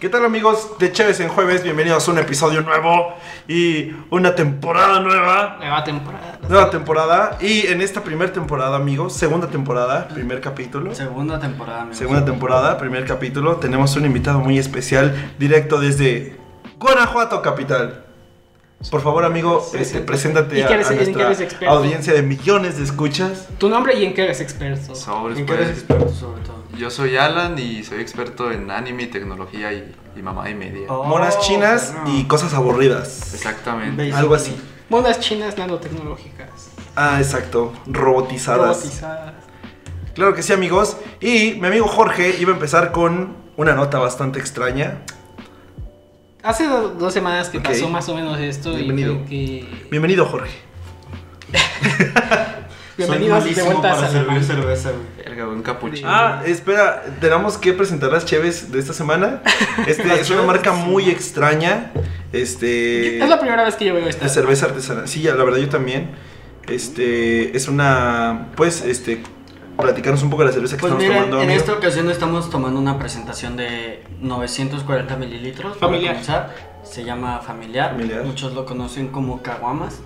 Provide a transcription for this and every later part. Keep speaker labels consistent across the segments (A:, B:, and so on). A: ¿Qué tal amigos de Chéves en Jueves? Bienvenidos a un episodio nuevo y una temporada nueva.
B: Nueva temporada.
A: Nueva temporada. Y en esta primera temporada, amigos, segunda temporada, primer capítulo.
C: Segunda temporada, amigos.
A: Segunda temporada, primer capítulo. Tenemos un invitado muy especial, directo desde Guanajuato, capital. Por favor, amigo,
B: Sí,
A: este,
B: sí.
A: preséntate
B: ¿Y
A: a,
B: qué eres-
A: a
B: en qué
A: nuestra
B: eres experto?
A: audiencia de millones de escuchas.
B: Tu nombre y en qué eres experto.
D: Sobres,
C: ¿En qué eres
D: pues.
C: experto sobre todo?
D: Yo soy Alan y soy experto en anime, tecnología y, y mamá y media.
C: Oh,
A: Monas chinas
C: bueno.
A: y cosas aburridas.
D: Exactamente.
A: Algo así.
B: Monas chinas nanotecnológicas.
A: Ah, exacto. Robotizadas.
B: Robotizadas.
A: Claro que sí, amigos. Y mi amigo Jorge iba a empezar con una nota bastante extraña.
B: Hace do- dos semanas que
A: Ok.
B: pasó más o menos esto
A: Bienvenido.
B: y creo que...
A: Bienvenido, Jorge.
B: Bienvenidos de
C: Soy malísimo
B: vuelta a
C: para servir
B: Salamanca.
C: cerveza, güey.
D: Verga, un capuchino.
A: Ah, espera, tenemos que presentar las cheves de esta semana. Este, es una marca muy extraña. Este.
B: Es la primera vez que yo veo esto.
A: de cerveza artesanal. Sí, ya, la verdad yo también. Este, es una, pues, este, platicarnos un poco de la cerveza que
C: Pues
A: estamos
C: miren,
A: tomando.
C: en
A: amigo.
C: esta ocasión estamos tomando una presentación de 940 mililitros. para
B: Familiar.
C: comenzar. Se llama familiar.
A: Familiar.
C: Muchos lo conocen como caguamas.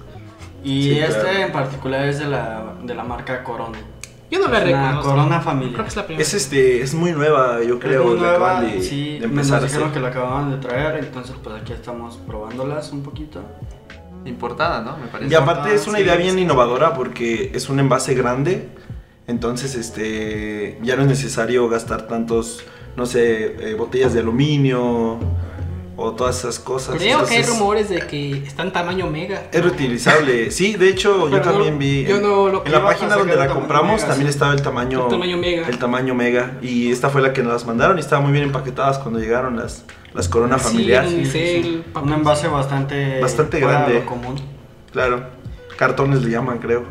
C: Y
A: Sí,
C: este
A: claro.
C: en particular es de la, de la marca Corona.
B: Yo no la
C: Es una
B: reconozco.
C: corona familiar.
B: Creo que es la primera.
A: Es este, es muy nueva, yo creo.
C: es muy
A: la
C: nueva,
A: acaban de,
C: sí,
A: de
C: me
A: empezar a
C: dijeron
A: hacer.
C: que la acababan de traer, entonces pues aquí estamos probándolas un poquito.
D: Importada, ¿no? Me parece.
A: Y aparte es una
C: Sí,
A: idea
C: sí.
A: bien innovadora porque es un envase grande, entonces este ya no es necesario gastar tantos, no sé, eh, botellas de aluminio o todas esas cosas.
B: Creo que hay
A: entonces,
B: rumores de que está en tamaño mega.
A: Es reutilizable, sí, de hecho yo
B: Pero no-
A: también vi
B: yo
A: en,
B: no lo-
A: en la
C: iba a
A: página
C: sacar
A: donde
C: el
A: la
C: tamaño
A: compramos
C: mega,
A: también
C: sí.
A: estaba el tamaño
B: El tamaño mega.
A: el tamaño mega y esta fue la que nos las mandaron y estaban muy bien empaquetadas cuando llegaron las las Corona
B: Sí,
A: familiar,
B: en- Unicel, papel.
C: Un envase bastante,
A: Bastante
C: fuera de lo
A: grande.
C: común.
A: claro, cartones le llaman creo.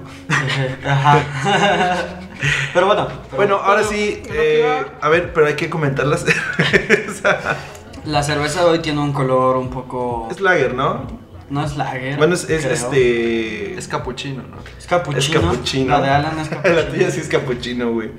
C: Ajá. Pero bueno, pero
A: Bueno, ahora
B: Pero,
A: sí,
B: en lo
A: eh,
B: que va-
A: a ver, pero hay que comentarlas.
C: la cerveza de hoy tiene un color un poco...
A: es lager, ¿no?
C: No es lager.
A: Bueno, es, es
C: creo.
A: este.
D: Es capuchino, ¿no?
C: Es capuchino.
A: es capuchino.
C: La de Alan es capuchino.
A: La tuya sí es capuchino, güey.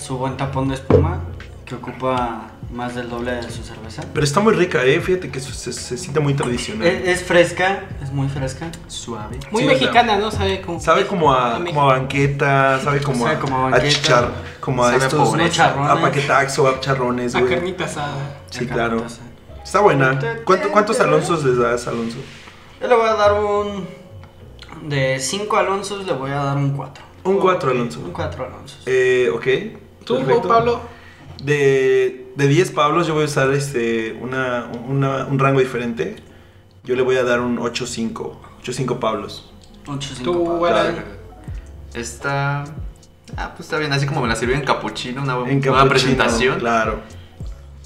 C: Su buen tapón de espuma que ocupa más del doble de su cerveza.
A: Pero está muy rica, ¿eh? Fíjate que se, se- se siente muy tradicional.
C: Es, es fresca, es muy fresca.
D: Suave.
B: Muy
A: Sí, o sea,
B: mexicana, ¿no? Sabe como...
A: Sabe como a,
B: México.
A: como a banqueta, sabe como
C: Sabe
A: a,
C: como a
A: a
C: banqueta.
A: chichar, como a
D: Sabe a
A: estos.
D: pobreza.
A: A paquetaxo, a charrones,
B: A
A: güey.
B: carnita asada.
A: Sí,
C: Acá,
A: claro.
C: entonces.
A: Está buena. ¿Cuánto- ¿Cuántos Alonsos les das, Alonso?
C: Yo le voy a dar un. De 5 Alonsos, le voy a dar un 4.
A: Un 4,
C: Un
A: Alonso.
C: 4 Alonsos.
A: Eh, ok.
B: ¿Tú,
A: perfecto.
B: Pablo?
A: De, de 10 Pablos yo voy a usar este una, una- un rango diferente. Yo le voy a dar un 8-5. 8-5 Pablos.
C: 8, 5.
B: Tú, Alan.
D: Esta. Ah, pues está bien. Así como me la sirvió en capuchino, una
A: En
D: nueva
A: capuchino,
D: presentación.
A: Claro.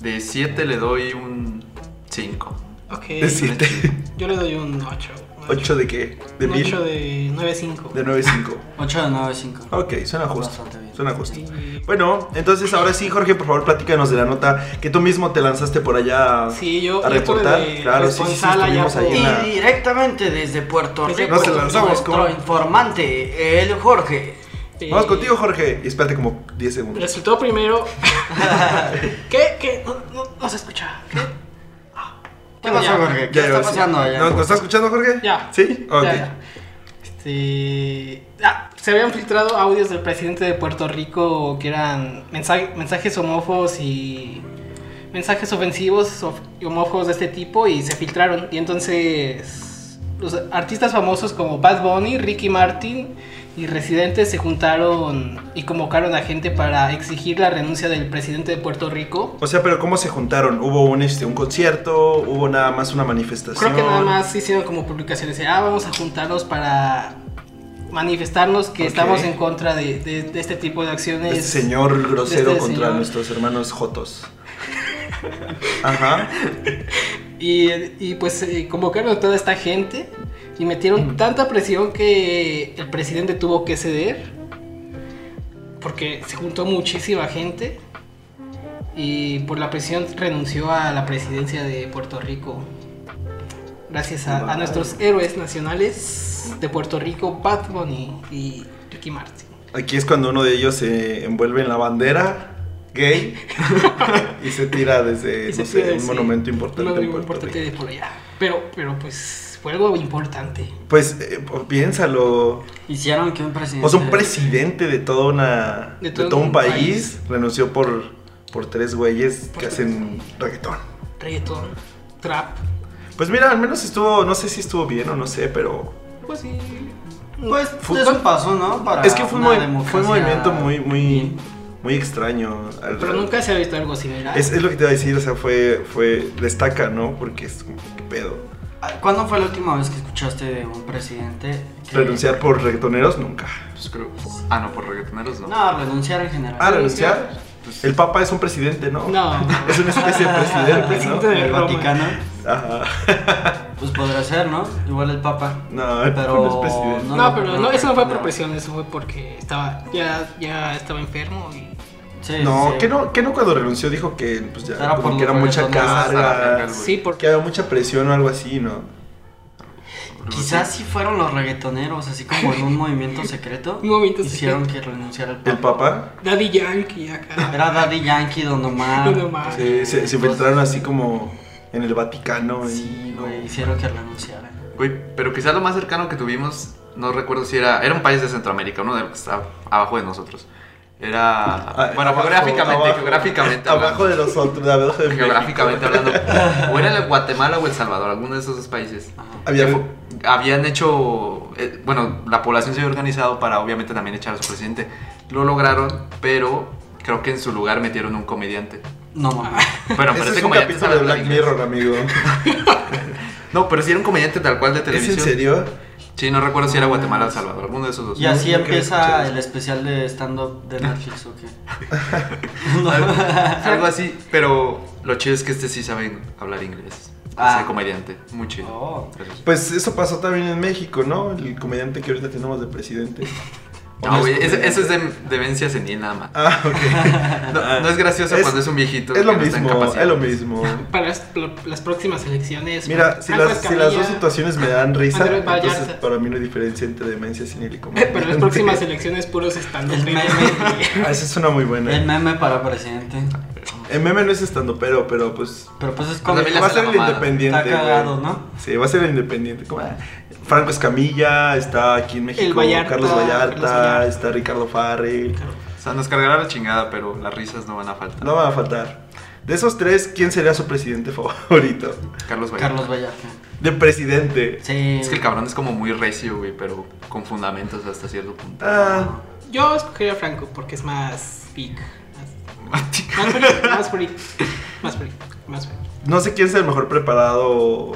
D: De 7 le doy un 5.
B: Ok.
A: De 7.
B: Yo le doy un 8.
A: 8 de qué? De
B: un
A: 1000.
B: 8 de 9.5.
A: De 9-5.
C: 8 de 9, 5.
A: Ok, suena justo.
C: Bastante bien.
A: Suena justo.
B: Sí.
A: Bueno, entonces ahora sí, Jorge, por favor, platícanos de la nota que tú mismo te lanzaste por allá.
B: Sí, yo-
A: A
B: yo estuve
A: reportar.
B: de
A: claro, sí, sí, sí,
B: responsable allá
A: estuvimos ahí en
C: Y
A: la-
C: directamente desde Puerto
B: Desde
C: Rico,
A: No se lanzamos,
C: nuestro
A: ¿cómo?
C: informante, el Jorge.
B: Eh,
A: Vamos contigo, Jorge. Y espérate como 10 segundos.
B: Resultó primero. ¿Qué? ¿Qué? No, no, no se escucha. ¿Qué? Ah,
C: ¿Qué pasó,
B: Ya.
C: Jorge? ¿Qué está
A: llegó, sí.
C: pasando allá?
A: ¿No, ¿Nos está escuchando, Jorge?
B: Ya.
A: ¿Sí?
B: Ya,
A: Ok.
B: ya. Este, ah, se habían filtrado audios del presidente de Puerto Rico que eran mensaje- mensajes homófobos y mensajes ofensivos of- y homófobos de este tipo y se filtraron. Y entonces los artistas famosos como Bad Bunny, Ricky Martin y Residentes se juntaron y convocaron a gente para exigir la renuncia del presidente de Puerto Rico.
A: O sea, pero ¿cómo se juntaron? ¿Hubo un, este, un concierto? ¿Hubo nada más una manifestación?
B: Creo que nada más hicieron como publicaciones de, ah, vamos a juntarnos para manifestarnos que
A: Ok.
B: estamos en contra de, de- de este tipo de acciones.
A: Este señor grosero
B: Este
A: contra
B: señor.
A: nuestros hermanos Jotos. Ajá.
B: Y, y, pues eh, convocaron a toda esta gente y metieron tanta presión que el presidente tuvo que ceder porque se juntó muchísima gente y por la presión renunció a la presidencia de Puerto Rico. Gracias a, a nuestros héroes nacionales de Puerto Rico, Bad Bunny y Ricky Martin.
A: Aquí es cuando uno de ellos se envuelve en la bandera gay y se tira desde
B: Y se
A: no sé,
B: pierde,
A: Eh, pues, un
B: sí,
A: monumento importante
B: un
A: en
B: monumento
A: Puerto Rico.
B: importante de por allá. Pero, pero pues fue algo importante.
A: Pues eh, po- piénsalo.
C: Hicieron que un presidente.
A: O sea, un presidente de toda una
B: De
A: de
B: todo
A: todo,
B: un
A: un país,
B: país.
A: renunció por por tres güeyes
B: Por
A: que
B: tres.
A: hacen reggaetón.
B: Reggaetón, trap.
A: Pues mira, al menos estuvo, no sé si estuvo bien o no sé, pero
B: Pues sí.
C: Pues
A: Fútbol.
C: eso pasó, ¿no? Para
A: es que fue un,
C: una
A: movi- fue un
C: democracia
A: movimiento muy muy
C: bien.
A: muy extraño. Al-
B: Pero nunca se ha visto algo similar.
A: es, es lo que te iba a decir, o sea, fue fue destaca, ¿no? Porque es como qué pedo.
C: ¿Cuándo fue la última vez que escuchaste de un presidente que-
A: Renunciar por reggaetoneros nunca.
D: Pues creo. Ah, no, por reggaetoneros no.
C: No, renunciar en general.
A: Ah, renunciar.
D: Pues-
A: El Papa es un presidente, ¿no?
B: No.
A: Es una especie de presidente,
B: Presidente de-
A: ¿no?
C: el
B: Roma.
C: Vaticano.
A: Ajá.
C: Pues podrá ser, ¿no? Igual el Papa.
A: No, el
C: Pero
A: Papa no es presidente.
B: no,
C: no,
B: pero
C: no,
B: no, eso no fue por
C: no.
B: presión, eso fue porque estaba, ya, ya estaba enfermo y
C: Sí,
A: No,
C: sí.
A: que no, que no cuando renunció dijo que pues ya
C: Era
A: como
C: por
A: que era
C: mujeres,
A: mucha
C: no, no,
A: carga,
D: no, no,
B: sí, porque
A: que había mucha presión o algo así, ¿no?
C: Quizás sí fueron los reggaetoneros, así como en un movimiento secreto.
B: Un movimiento
C: hicieron que renunciara el Papa.
A: El Papa
B: Daddy Yankee acá.
C: Era Daddy Yankee, Don Omar.
B: Don Omar.
A: se, se, se filtraron así como en el Vaticano.
C: Sí,
A: y-
C: güey, hicieron que renunciaran.
D: Güey, pero quizás lo más cercano que tuvimos, no recuerdo si era. Era un país de Centroamérica, uno de los que está abajo de nosotros. Era.
A: Ah,
D: bueno,
A: abajo,
D: geográficamente,
A: abajo.
D: geográficamente.
A: Abajo de nosotros, abajo de México.
D: geográficamente hablando. O era el Guatemala o El Salvador, alguno de esos dos países.
C: Ajá.
A: Había-
D: Que fu- habían hecho, eh, bueno, la población se había organizado para obviamente también echar a su presidente. Lo lograron, pero creo que en su lugar metieron un comediante.
C: No
B: Ah.
C: mames.
D: Bueno, pero
A: Ese
D: este
A: es un
D: comediante
A: capítulo
D: sabe
A: de Black
D: hablar inglés.
A: Mirror, amigo.
D: No, pero si era un comediante tal cual de
A: ¿Es
D: televisión.
A: en serio?
D: Sí, no recuerdo si era Guatemala o El Salvador, alguno de esos dos.
C: Y así
A: Nunca había escuchado
C: empieza
A: eso.
C: el especial de stand-up de Netflix, ¿o qué?
D: Algo así, pero lo chido es que este sí sabe hablar inglés.
C: Ah.
D: Ese comediante, muy chido.
C: Oh.
D: Pero-
A: Pues eso pasó también en México, ¿no? El comediante que ahorita tenemos de presidente.
D: No, güey, ese- eso es de demencia senil nada más.
A: Ah, ok.
D: No, no es gracioso
A: Es-
D: cuando es un viejito.
A: Es lo
D: que no está en
A: mismo, es
D: capacidad.
A: lo mismo.
B: Para las, lo- las próximas elecciones.
A: Mira, si
B: Franco
A: las, si las
B: Escamilla,
A: dos situaciones me dan risa,
B: Ah, pues Andrés Vallarta.
A: entonces para mí no hay diferencia entre demencia senil y comedia.
B: Para las próximas elecciones puros estando
C: El meme,
A: Ah, esa es una muy
C: el
A: buena.
C: meme para presidente.
A: El meme no es estando, pero, pero pues.
C: Pero pues es como.
D: También le
A: Va a
D: hace
A: ser
D: la
A: el
D: mamada.
A: independiente.
C: Está cagado,
A: güey.
C: ¿no?
A: Sí, va a ser el independiente. como, ah, Franco Escamilla, está aquí en México
B: Vallarta,
A: Carlos
B: Carlos
A: Vallarta,
B: Vallarta.
A: está Ricardo Farrell.
D: O sea, nos cargará la chingada, pero las risas no van a faltar.
A: No va a faltar. De esos tres, ¿quién sería su presidente favorito?
D: Carlos Vallarta.
C: Carlos Vallarta.
A: De presidente.
C: Sí.
D: Es que el cabrón es como muy recio, güey, pero con fundamentos hasta cierto punto.
A: Ah,
B: Yo escogería a Franco porque es más big. Más,
D: Mati-
B: más freak, más freak. Más freak, más freak.
A: no sé quién es el mejor preparado.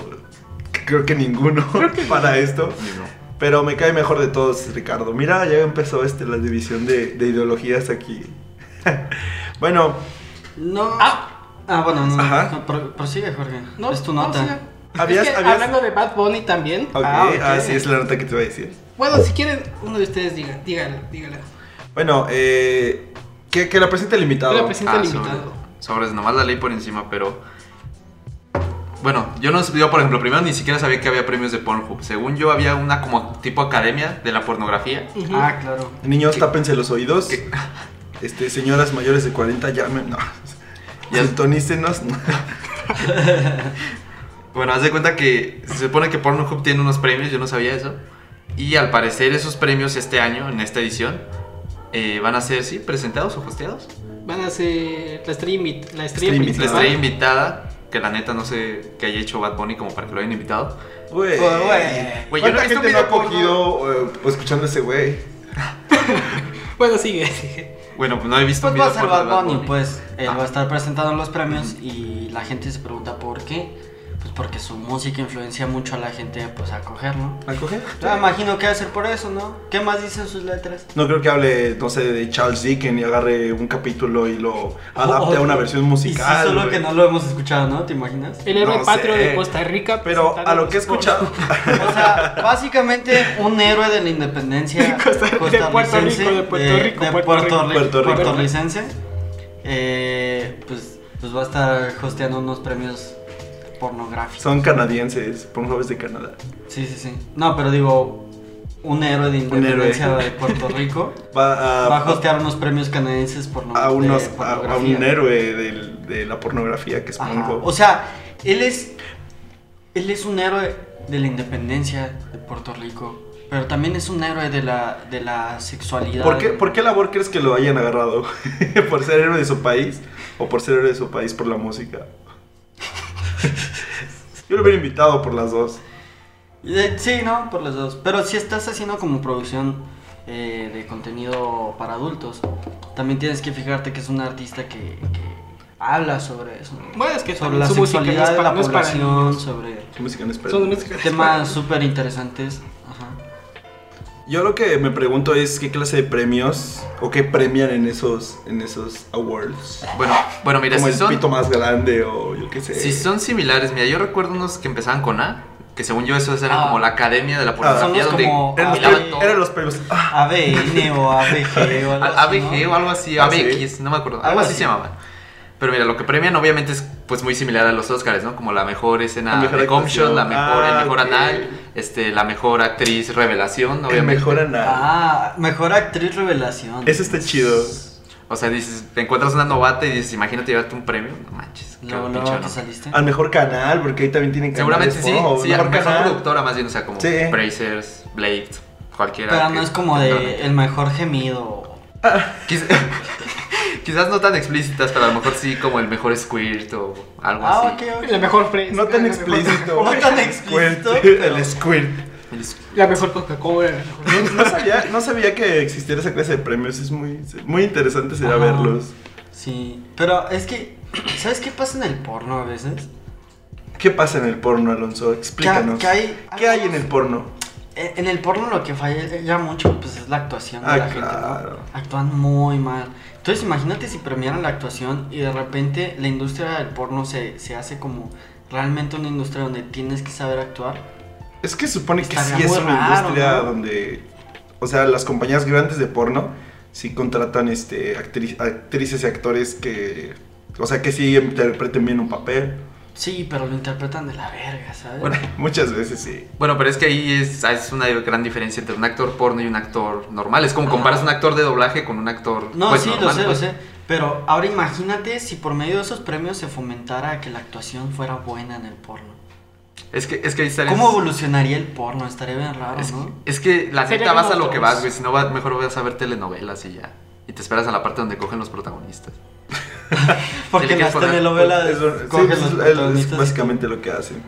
A: Creo que ninguno para esto.
D: Ni no.
A: Pero me cae mejor de todos, Ricardo. Mira, ya empezó este, la división de, de ideologías aquí. bueno,
C: No.
B: Ah.
C: Ah, bueno, no.
A: Ajá.
C: pro- prosigue, Jorge.
B: No,
C: es tu
B: no,
C: nota.
B: siga.
A: Habías-
B: Es que
A: habías-
B: Hablando de Bad Bunny también.
A: ok,
C: Ah, ok.
A: así es la nota que te voy a decir.
B: Bueno, si quieren, uno de ustedes diga, dígalo, dígalo.
A: Bueno, eh, que, que la presente el invitado.
B: Que la presente- Siente
D: Ah,
B: limitado.
D: sobre- Sobres, nomás la ley por encima, pero. Bueno, yo no yo por ejemplo, primero ni siquiera sabía que había premios de Pornhub. Según yo, había una como tipo academia de la pornografía.
B: Ujú.
C: Ah, claro.
A: Niños, tápense los oídos.
D: ¿Qué?
A: Este, señoras mayores de 40, llamen. No.
D: Ya-
A: Sintonícenos.
D: Bueno, haz de cuenta que se supone que Pornhub tiene unos premios, yo no sabía eso. Y al parecer esos premios este año, en esta edición, eh, van a ser, sí, presentados o hosteados.
B: Van a ser la estrella, invi- la estrella
A: Estrella
D: La
A: Ah.
B: principal.
D: estrella invitada, que la neta no sé qué haya hecho Bad Bunny como para que lo hayan invitado.
A: Güey.
C: Güey.
D: Güey, yo no
A: ¿Cuánta
D: he visto un
A: gente no ha
D: video porno.
A: cogido eh, escuchando ese güey?
B: Bueno, sigue, sigue.
D: Bueno, pues no he visto
C: Pues
D: un
C: va a
D: video
C: ser
D: porno de
C: Bad Bunny, pues él
D: Ah.
C: va a estar presentando los premios y la gente se pregunta por qué. Pues porque su música influencia mucho a la gente pues a cogerlo.
A: ¿La coge?
C: Yo me imagino que va a ser por eso, ¿no? ¿Qué más dicen sus letras?
A: No creo que hable, no sé, de Charles Dickens y agarre un capítulo y lo adapte a una versión musical.
C: Oh, Y sí, solo
A: güey.
C: que no lo hemos escuchado, ¿no? ¿Te imaginas?
B: El héroe
A: No
B: patrio
A: sé.
B: de Costa Rica.
A: Pero
B: presentando
A: a lo que he
B: los poros.
A: escuchado,
C: O sea, básicamente un héroe de la independencia
B: De Costa- de Puerto
C: costarricense,
B: Rico, de Puerto Rico,
C: de
B: Puerto
C: Puerto
B: Rico.
C: Ri-
A: Puerto Rico.
C: puertorricense, eh, pues, pues va a estar hosteando unos premios pornográficos.
A: son canadienses, por un jueves de Canadá.
C: Sí, sí, sí. No, pero digo, un héroe de
A: héroe.
C: independencia de Puerto Rico
A: Va a,
C: va a hostear unos premios canadienses por no
A: a
C: de
A: unos, a- a,
C: pornografía.
A: un héroe del- de, la pornografía que es
C: Ajá.
A: Pongo.
C: O sea, él es él es un héroe de la independencia de Puerto Rico, pero también es un héroe de la de la sexualidad.
A: ¿Por qué, ¿Por qué labor crees que lo hayan agarrado? ¿Por ser héroe de su país? ¿O por ser héroe de su país por la música? Yo lo hubiera invitado por las dos.
C: Eh, Sí, no, por los dos. Pero si estás haciendo como producción eh, de contenido para adultos, también tienes que fijarte que es un artista que, que habla sobre eso. ¿no?
B: Bueno, es que
C: sobre la
B: su música no es
C: sexualidad de
B: pa-
C: la
B: no es para
C: población,
B: niños.
C: sobre
A: Su música no es para-
B: Son música-
C: temas súper interesantes. Ajá.
A: Yo lo que me pregunto es qué clase de premios o qué premian en esos, en esos awards.
D: Bueno, bueno, mira,
A: Como
D: si
A: el
D: son,
A: pito más grande o yo qué sé.
D: si son similares, mira, yo recuerdo unos que empezaban con A, que según yo esos eran
C: Ah.
D: como la academia de la
A: Ah, son
D: pornografía
C: los
D: donde
C: como
A: Eran los,
C: Ah,
D: compilaban
A: pre-
D: todo.
A: eran los premios. Ah,
C: ABN o ABG o algo
D: A-
C: así,
D: ABG
C: ¿no?
D: o algo así,
A: Ah,
D: ABX, no me acuerdo, algo así
C: así.
D: se llamaba. Pero mira, lo que premian obviamente es pues muy similar a los Oscars, ¿no? Como la mejor escena
A: La mejor
D: de Comshot, la
A: actuación.
D: mejor, el
A: Ah,
D: mejor
A: ok.
D: anal, este, la mejor actriz revelación,
A: que
D: obviamente.
A: mejoran nada.
C: Ah, mejor actriz revelación.
A: Eso está chido.
D: O sea, dices, te encuentras una novata y dices, imagínate llevarte un premio, no manches, qué
C: Luego, luego
D: pinche
C: que
D: honor.
C: saliste.
A: Al mejor canal, porque ahí también tienen canales,
D: Seguramente sí,
A: ¿no?
D: sí, a lo mejor productora más bien, o sea, como
A: Sí.
D: Brazers, Blade, cualquiera.
C: Pero
D: que-
C: no es como
D: Perdón.
C: de el mejor gemido.
D: Quiz- Quizás no tan explícitas, pero a lo mejor sí como el mejor squirt o algo
C: Ah,
D: así.
C: ok, ok.
B: La mejor fresa.
A: No tan
B: la mejor-
A: explícito.
C: No tan explícito,
A: Squirt,
C: pero-
A: El squirt.
D: El squirt.
B: La mejor Coca-Cola. la mejor-
A: No, no sabía, no sabía que existiera esa clase de premios. Es muy, muy interesante será
C: Ah.
A: verlos.
C: Sí, pero es que, ¿sabes qué pasa en el porno a veces?
A: ¿Qué pasa en el porno, Alonso?
C: Que,
A: Explícanos.
C: que hay,
A: ¿Qué hay en el porno?
C: Eh, en- en el porno lo que falla ya mucho pues es la actuación de
A: Ah,
C: la gente,
A: claro.
C: ¿no? Actúan muy mal. Entonces imagínate si premiaran la actuación y de repente la industria del porno se, se hace como realmente una industria donde tienes que saber actuar.
A: Es que supone que
C: Estaría
A: sí es
C: muy
A: una
C: raro,
A: industria
C: ¿no?
A: donde. O sea, las compañías grandes de porno sí contratan este, actri- actrices y actores que. O sea, que sí interpreten bien un papel.
C: Sí, pero lo interpretan de la verga, ¿sabes?
D: Bueno,
A: Muchas veces sí.
D: Bueno, pero es que ahí es, es una gran diferencia entre un actor porno y un actor normal. Es como
C: Ajá.
D: comparas un actor de doblaje con un actor.
C: no,
D: pues,
C: sí, lo
D: normal,
C: sé,
D: pues.
C: lo sé. Pero ahora imagínate si por medio de esos premios se fomentara que la actuación fuera buena en el porno.
D: Es que, es que ahí estarías-
C: ¿Cómo evolucionaría el porno? Estaría bien raro,
D: Es,
C: ¿no?
D: es que la
B: Sería
D: neta vas a
B: como
D: lo que
B: otros.
D: vas, güey. Si no, vas, mejor vas a ver telenovelas y ya. Y te esperas a la parte donde cogen los protagonistas.
C: Porque
D: Tiene que
C: las
D: poner-
C: telenovelas
A: Es- es-
C: cogen
A: sí,
C: los
A: es- es,
C: protagonistas y-
A: básicamente lo que hacen.
C: Eh,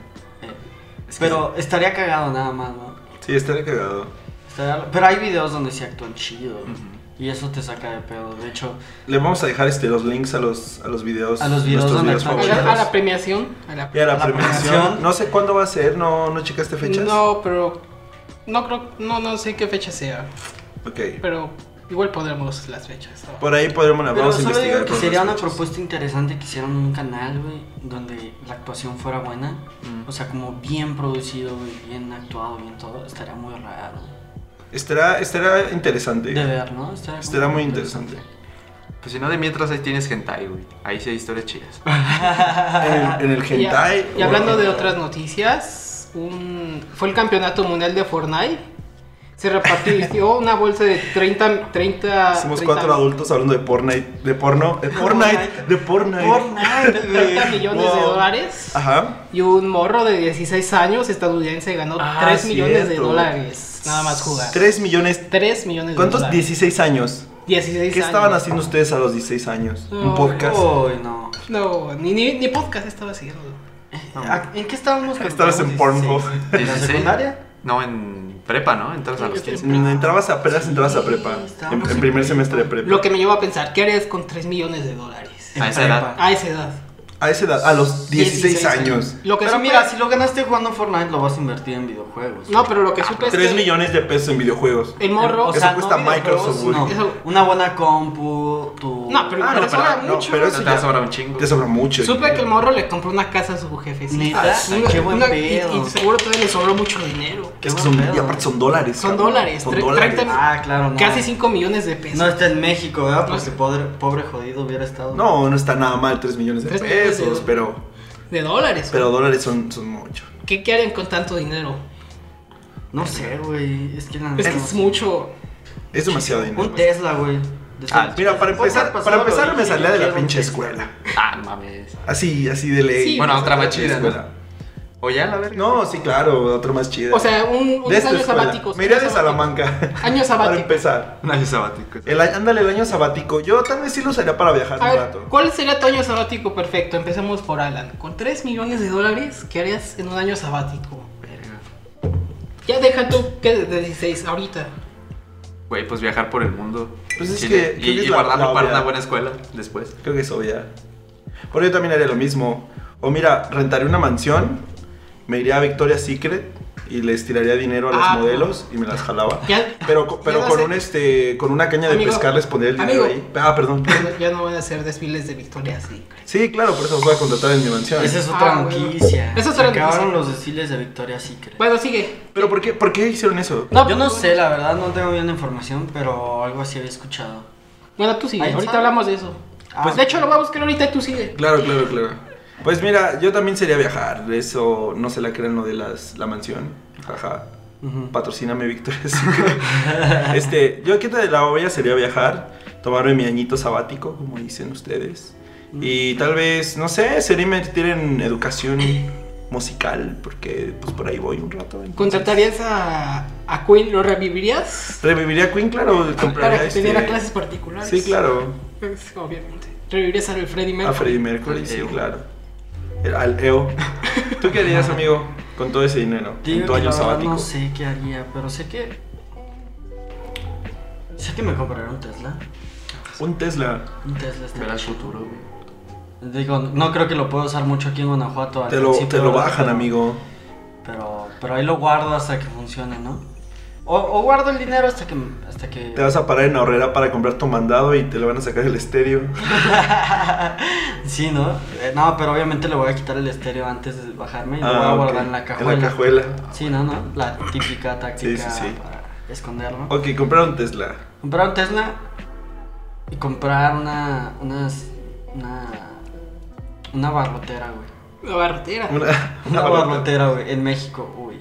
D: Es que
C: Pero estaría cagado nada más, ¿no?
A: Sí, estaría cagado.
C: Estaría- Pero hay videos donde se actúan chido.
D: Ujú.
C: Y eso te saca de pedo. De hecho,
A: Le vamos a dejar este, los links a los, a los videos.
C: A los videos
A: nuestros
C: donde
A: videos
C: están-
B: A
A: favoritos.
B: la, a la premiación. A la
A: Y a la,
C: a la
A: premiación.
C: premiación.
A: No sé cuándo va a ser, no, no checaste fechas.
B: No, pero. No creo. No, no sé qué fecha sea.
A: Ok.
B: Pero igual podremos las fechas. ¿no?
A: Por ahí podremos la
C: pero
A: vamos a
C: solo
A: investigar.
C: digo que
A: por
C: sería
A: las
C: una
A: fechas.
C: propuesta interesante que hicieran un canal, güey, donde la actuación fuera buena. O sea, como bien producido, güey, bien actuado, bien todo. Estaría muy raro
A: Estará, estará interesante.
C: de ver, ¿no? Estaría, como
A: Estará muy interesante.
D: Pues si no, de mientras ahí tienes hentai, güey. Ahí sí hay historias chidas.
A: En el, en el
B: Y a-
A: hentai.
B: Y, hablando
A: o-
B: de otras noticias, un- fue el campeonato mundial de Fortnite. Se repartió una bolsa de 30. 30
A: Somos
B: 30
A: cuatro adultos hablando de Fortnite. De porno. De Fortnite. De Fortnite.
C: Fortnite, güey.
B: 30 millones de
A: Wow.
B: dólares.
A: Ajá.
B: Y un morro de 16 años estadounidense ganó
A: Ah,
B: 3 millones de
A: cierto.
B: dólares. Nada más jugar.
A: 3 millones.
B: 3 millones de
A: ¿Cuántos?
B: dólares.
A: 16 años.
B: 16
A: ¿Qué
B: años.
A: estaban haciendo ustedes a los 16 años? ¿Un
B: No,
A: podcast?
C: Uy, no.
B: No, ni, ni, ni podcast estaba haciendo.
C: ¿A- ¿En qué estábamos? cuando
A: Estabas en
C: teníamos
A: Pornhub.
C: 16? ¿En la
D: 16.
C: secundaria?
D: No, en prepa, ¿no? Entras a los
B: Yo creo
D: 15.
A: Mm, Entrabas apenas entrabas a prepa. En,
C: estábamos
A: en
C: en
A: primer
C: prepa.
A: semestre de prepa.
B: Lo que me llevó a pensar, ¿qué harías con 3 millones de dólares?
D: A esa
C: prepa.
D: edad.
B: A esa edad.
A: A esa edad, a los 16,
B: 16
A: años.
B: Lo que
C: Pero
B: supe-
C: mira, si lo ganaste jugando Fortnite, lo vas a invertir en videojuegos.
B: No, pero lo que supe es
A: 3
B: Pues que
A: millones de pesos en videojuegos.
B: el morro...
A: O sea, eso cuesta
C: videojuegos,
A: Microsoft, güey.
C: pues, no.
B: Eso-
C: Una buena compu, tu.
B: No, pero
A: Ah, no,
B: igual te
A: pero-
B: sobra
A: no,
B: mucho.
A: pero
D: Te
A: eso
D: va a
A: ya-
D: sobrar un chingo.
A: Te sobra mucho.
B: Supe
A: dinero.
B: que el morro le compró una casa a su jefecito.
C: Neta,
B: Una-
C: qué buen
B: una- y-
C: pedo.
B: Y, seguro todavía le sobró mucho dinero.
C: Qué
A: Es que
C: buen
A: son-
C: pedo.
A: y aparte son dólares.
B: Son
A: cabrón.
B: dólares,
A: Son
B: tre-
A: dólares.
B: 30
C: Ah, claro, no.
B: Casi 5 millones de
C: No
B: pesos.
C: está en México, ¿verdad?
B: No
C: Porque
B: sé.
C: pobre, pobre jodido hubiera estado.
A: No, no está nada mal 3 millones de
B: Tres millones de
A: pesos,
B: dólares.
A: pero,
B: De dólares.
A: pero dólares son, son mucho.
B: ¿Qué, ¿Qué harían con tanto dinero?
C: No sé, güey. Es que la
B: Es
C: neta
B: que
C: no
B: es
C: sé.
B: mucho.
A: Es demasiado dinero.
C: Un
A: güey.
C: Tesla, güey. De
A: Ah,
C: esos-
A: mira, para
C: Puede
A: empezar,
C: pasar
A: para
C: lo
A: empezar me
C: difícil,
A: salía de la
C: quiero un
A: pinche
C: Tesla.
A: escuela.
D: Ah, no mames.
A: Así, así de ley.
B: Sí,
A: me
D: Bueno,
A: salí
D: otra
A: de
D: más
A: la
D: chida, ¿no?
A: escuela.
D: O ya, la verga.
A: No, sí, claro, otra más chida.
B: O sea, un,
A: de
B: unos
A: esta
B: años
A: escuela.
B: sabáticos.
A: Me iría de
B: años sabáticos.
A: Salamanca.
B: Años
A: Para
B: sabáticos.
A: empezar.
D: Un año sabático.
A: El, a- ándale, el año sabático. Yo también sí lo usaría para viajar
B: A
A: un
B: ver,
A: rato.
B: ¿cuál sería tu año sabático perfecto? Empecemos por Alan. Con 3 millones de dólares, ¿qué harías en un año sabático?
D: Verga.
B: Ya deja tú que de 16 ahorita.
D: Güey, pues viajar por el mundo.
A: Pues es
D: Chile.
A: que- creo
D: Y,
A: que es
D: y
A: la-
D: guardarlo
A: la
D: para
A: obvia.
D: una buena escuela después.
A: Creo que eso ya. Por yo también haría lo mismo. O mira, rentaré una mansión, me iría a Victoria's Secret y les tiraría dinero a los
B: Ah,
A: modelos y me las jalaba.
B: Ya,
A: Pero, co-
B: ya
A: pero
B: no
A: con
B: sé.
A: un este con una caña de
B: Amigo,
A: pescar les pondría el dinero
B: amigo.
A: ahí. Ah, perdón.
B: ya no- ya no van a hacer desfiles de Victoria Secret.
A: Sí, claro, por eso os voy a contratar en mi mansión.
C: Esa es otra
B: Ah, güey.
C: noticia.
B: Esa es otra
C: Se Acabaron
B: noticia.
C: los desfiles de Victoria Secret.
B: Bueno, sigue.
A: Pero ¿por qué, por qué hicieron eso?
B: No, pues,
C: Yo no
B: bueno.
C: sé, la verdad, no tengo bien la información, pero algo así había escuchado.
B: Bueno, tú sigue.
C: Ahí
B: ahorita
C: está.
B: hablamos de eso.
C: Ah,
B: pues de hecho lo voy a buscar ahorita y tú sigue.
A: Claro, claro, claro. Pues mira, yo también sería viajar. Eso no se la crean lo de las, la mansión. Jaja.
C: Ujú.
A: Patrocíname, Victoria's Secret. este, yo aquí de la olla sería viajar, tomarme mi añito sabático, como dicen ustedes. Y
C: Mm.
A: tal vez, no sé, sería invertir en educación musical, porque pues por ahí voy un rato. entonces.
B: ¿Contratarías a, a Queen? ¿Lo revivirías?
A: Reviviría a Queen, claro. compraría,
B: Para que te
A: este,
B: diera clases particulares.
A: Sí, claro.
B: Pues, obviamente. ¿Revivirías al Freddy
A: A
B: Mercury?
A: Freddie Mercury, sí,
D: Eo.
A: claro. El- al EO. ¿Tú qué harías, amigo, con todo ese dinero?
C: Te
A: En
C: digo
A: tu
C: que
A: año
C: la verdad
A: sabático.
C: No sé qué haría, pero sé que. Sé que me compraré un Tesla.
A: Un Tesla.
C: Un Tesla está
D: Ver al
C: chido.
D: futuro, güey.
C: Digo, no creo que lo pueda usar mucho aquí en Guanajuato. al
A: Te lo,
C: principio,
A: te lo
C: ¿verdad?
A: bajan,
C: Pero-
A: amigo.
C: Pero, pero ahí lo guardo hasta que funcione, ¿no? O, o guardo el dinero hasta que. Hasta que...
A: Te vas a parar en ahorrera para comprar tu mandado y te lo van a sacar el estéreo.
C: sí, ¿no? Eh, no, pero obviamente le voy a quitar el estéreo antes de bajarme y lo voy
A: Ah,
C: a
A: ok.
C: guardar en la cajuela.
A: En la cajuela.
C: Sí, ¿no? ¿no? La típica táctica
A: Sí, sí, sí.
C: para esconderlo.
A: Ok, compraron Tesla.
C: Comprar un Tesla y comprar una. unas. una. una barrotera, güey.
B: La barrotera.
A: Una,
C: Una,
A: una barrota.
C: barrotera, güey, en México, uy.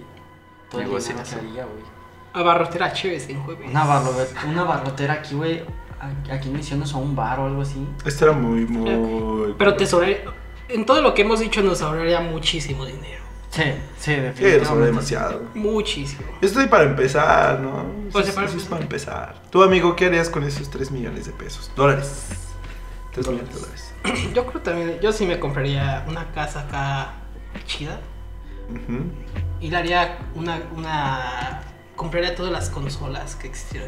C: Todo el
D: Negocio
C: dinero que
D: eso.
C: haría, güey.
B: La barrotera chévere en jueves.
C: Una, barro- una barrotera aquí, güey. a- Aquí en Misiones o un bar o algo así.
A: Esto era muy, muy.
B: Pero te sobre... En todo lo que hemos dicho nos ahorraría muchísimo dinero.
C: Sí, sí,
A: Sí,
C: definitivamente.
A: era sobre demasiado.
B: Muchísimo.
A: Estoy para empezar, ¿no?
B: Pues,
A: Eso es-
B: para
A: eso es
B: empezar.
A: para empezar. Tú, amigo, ¿qué harías con esos 3 millones de pesos? Dólares. 3 millones de dólares.
B: Yo creo también... Yo sí me compraría una casa acá chida.
A: Ujú.
B: Y le haría una... una... Compraría todas las consolas que existieron.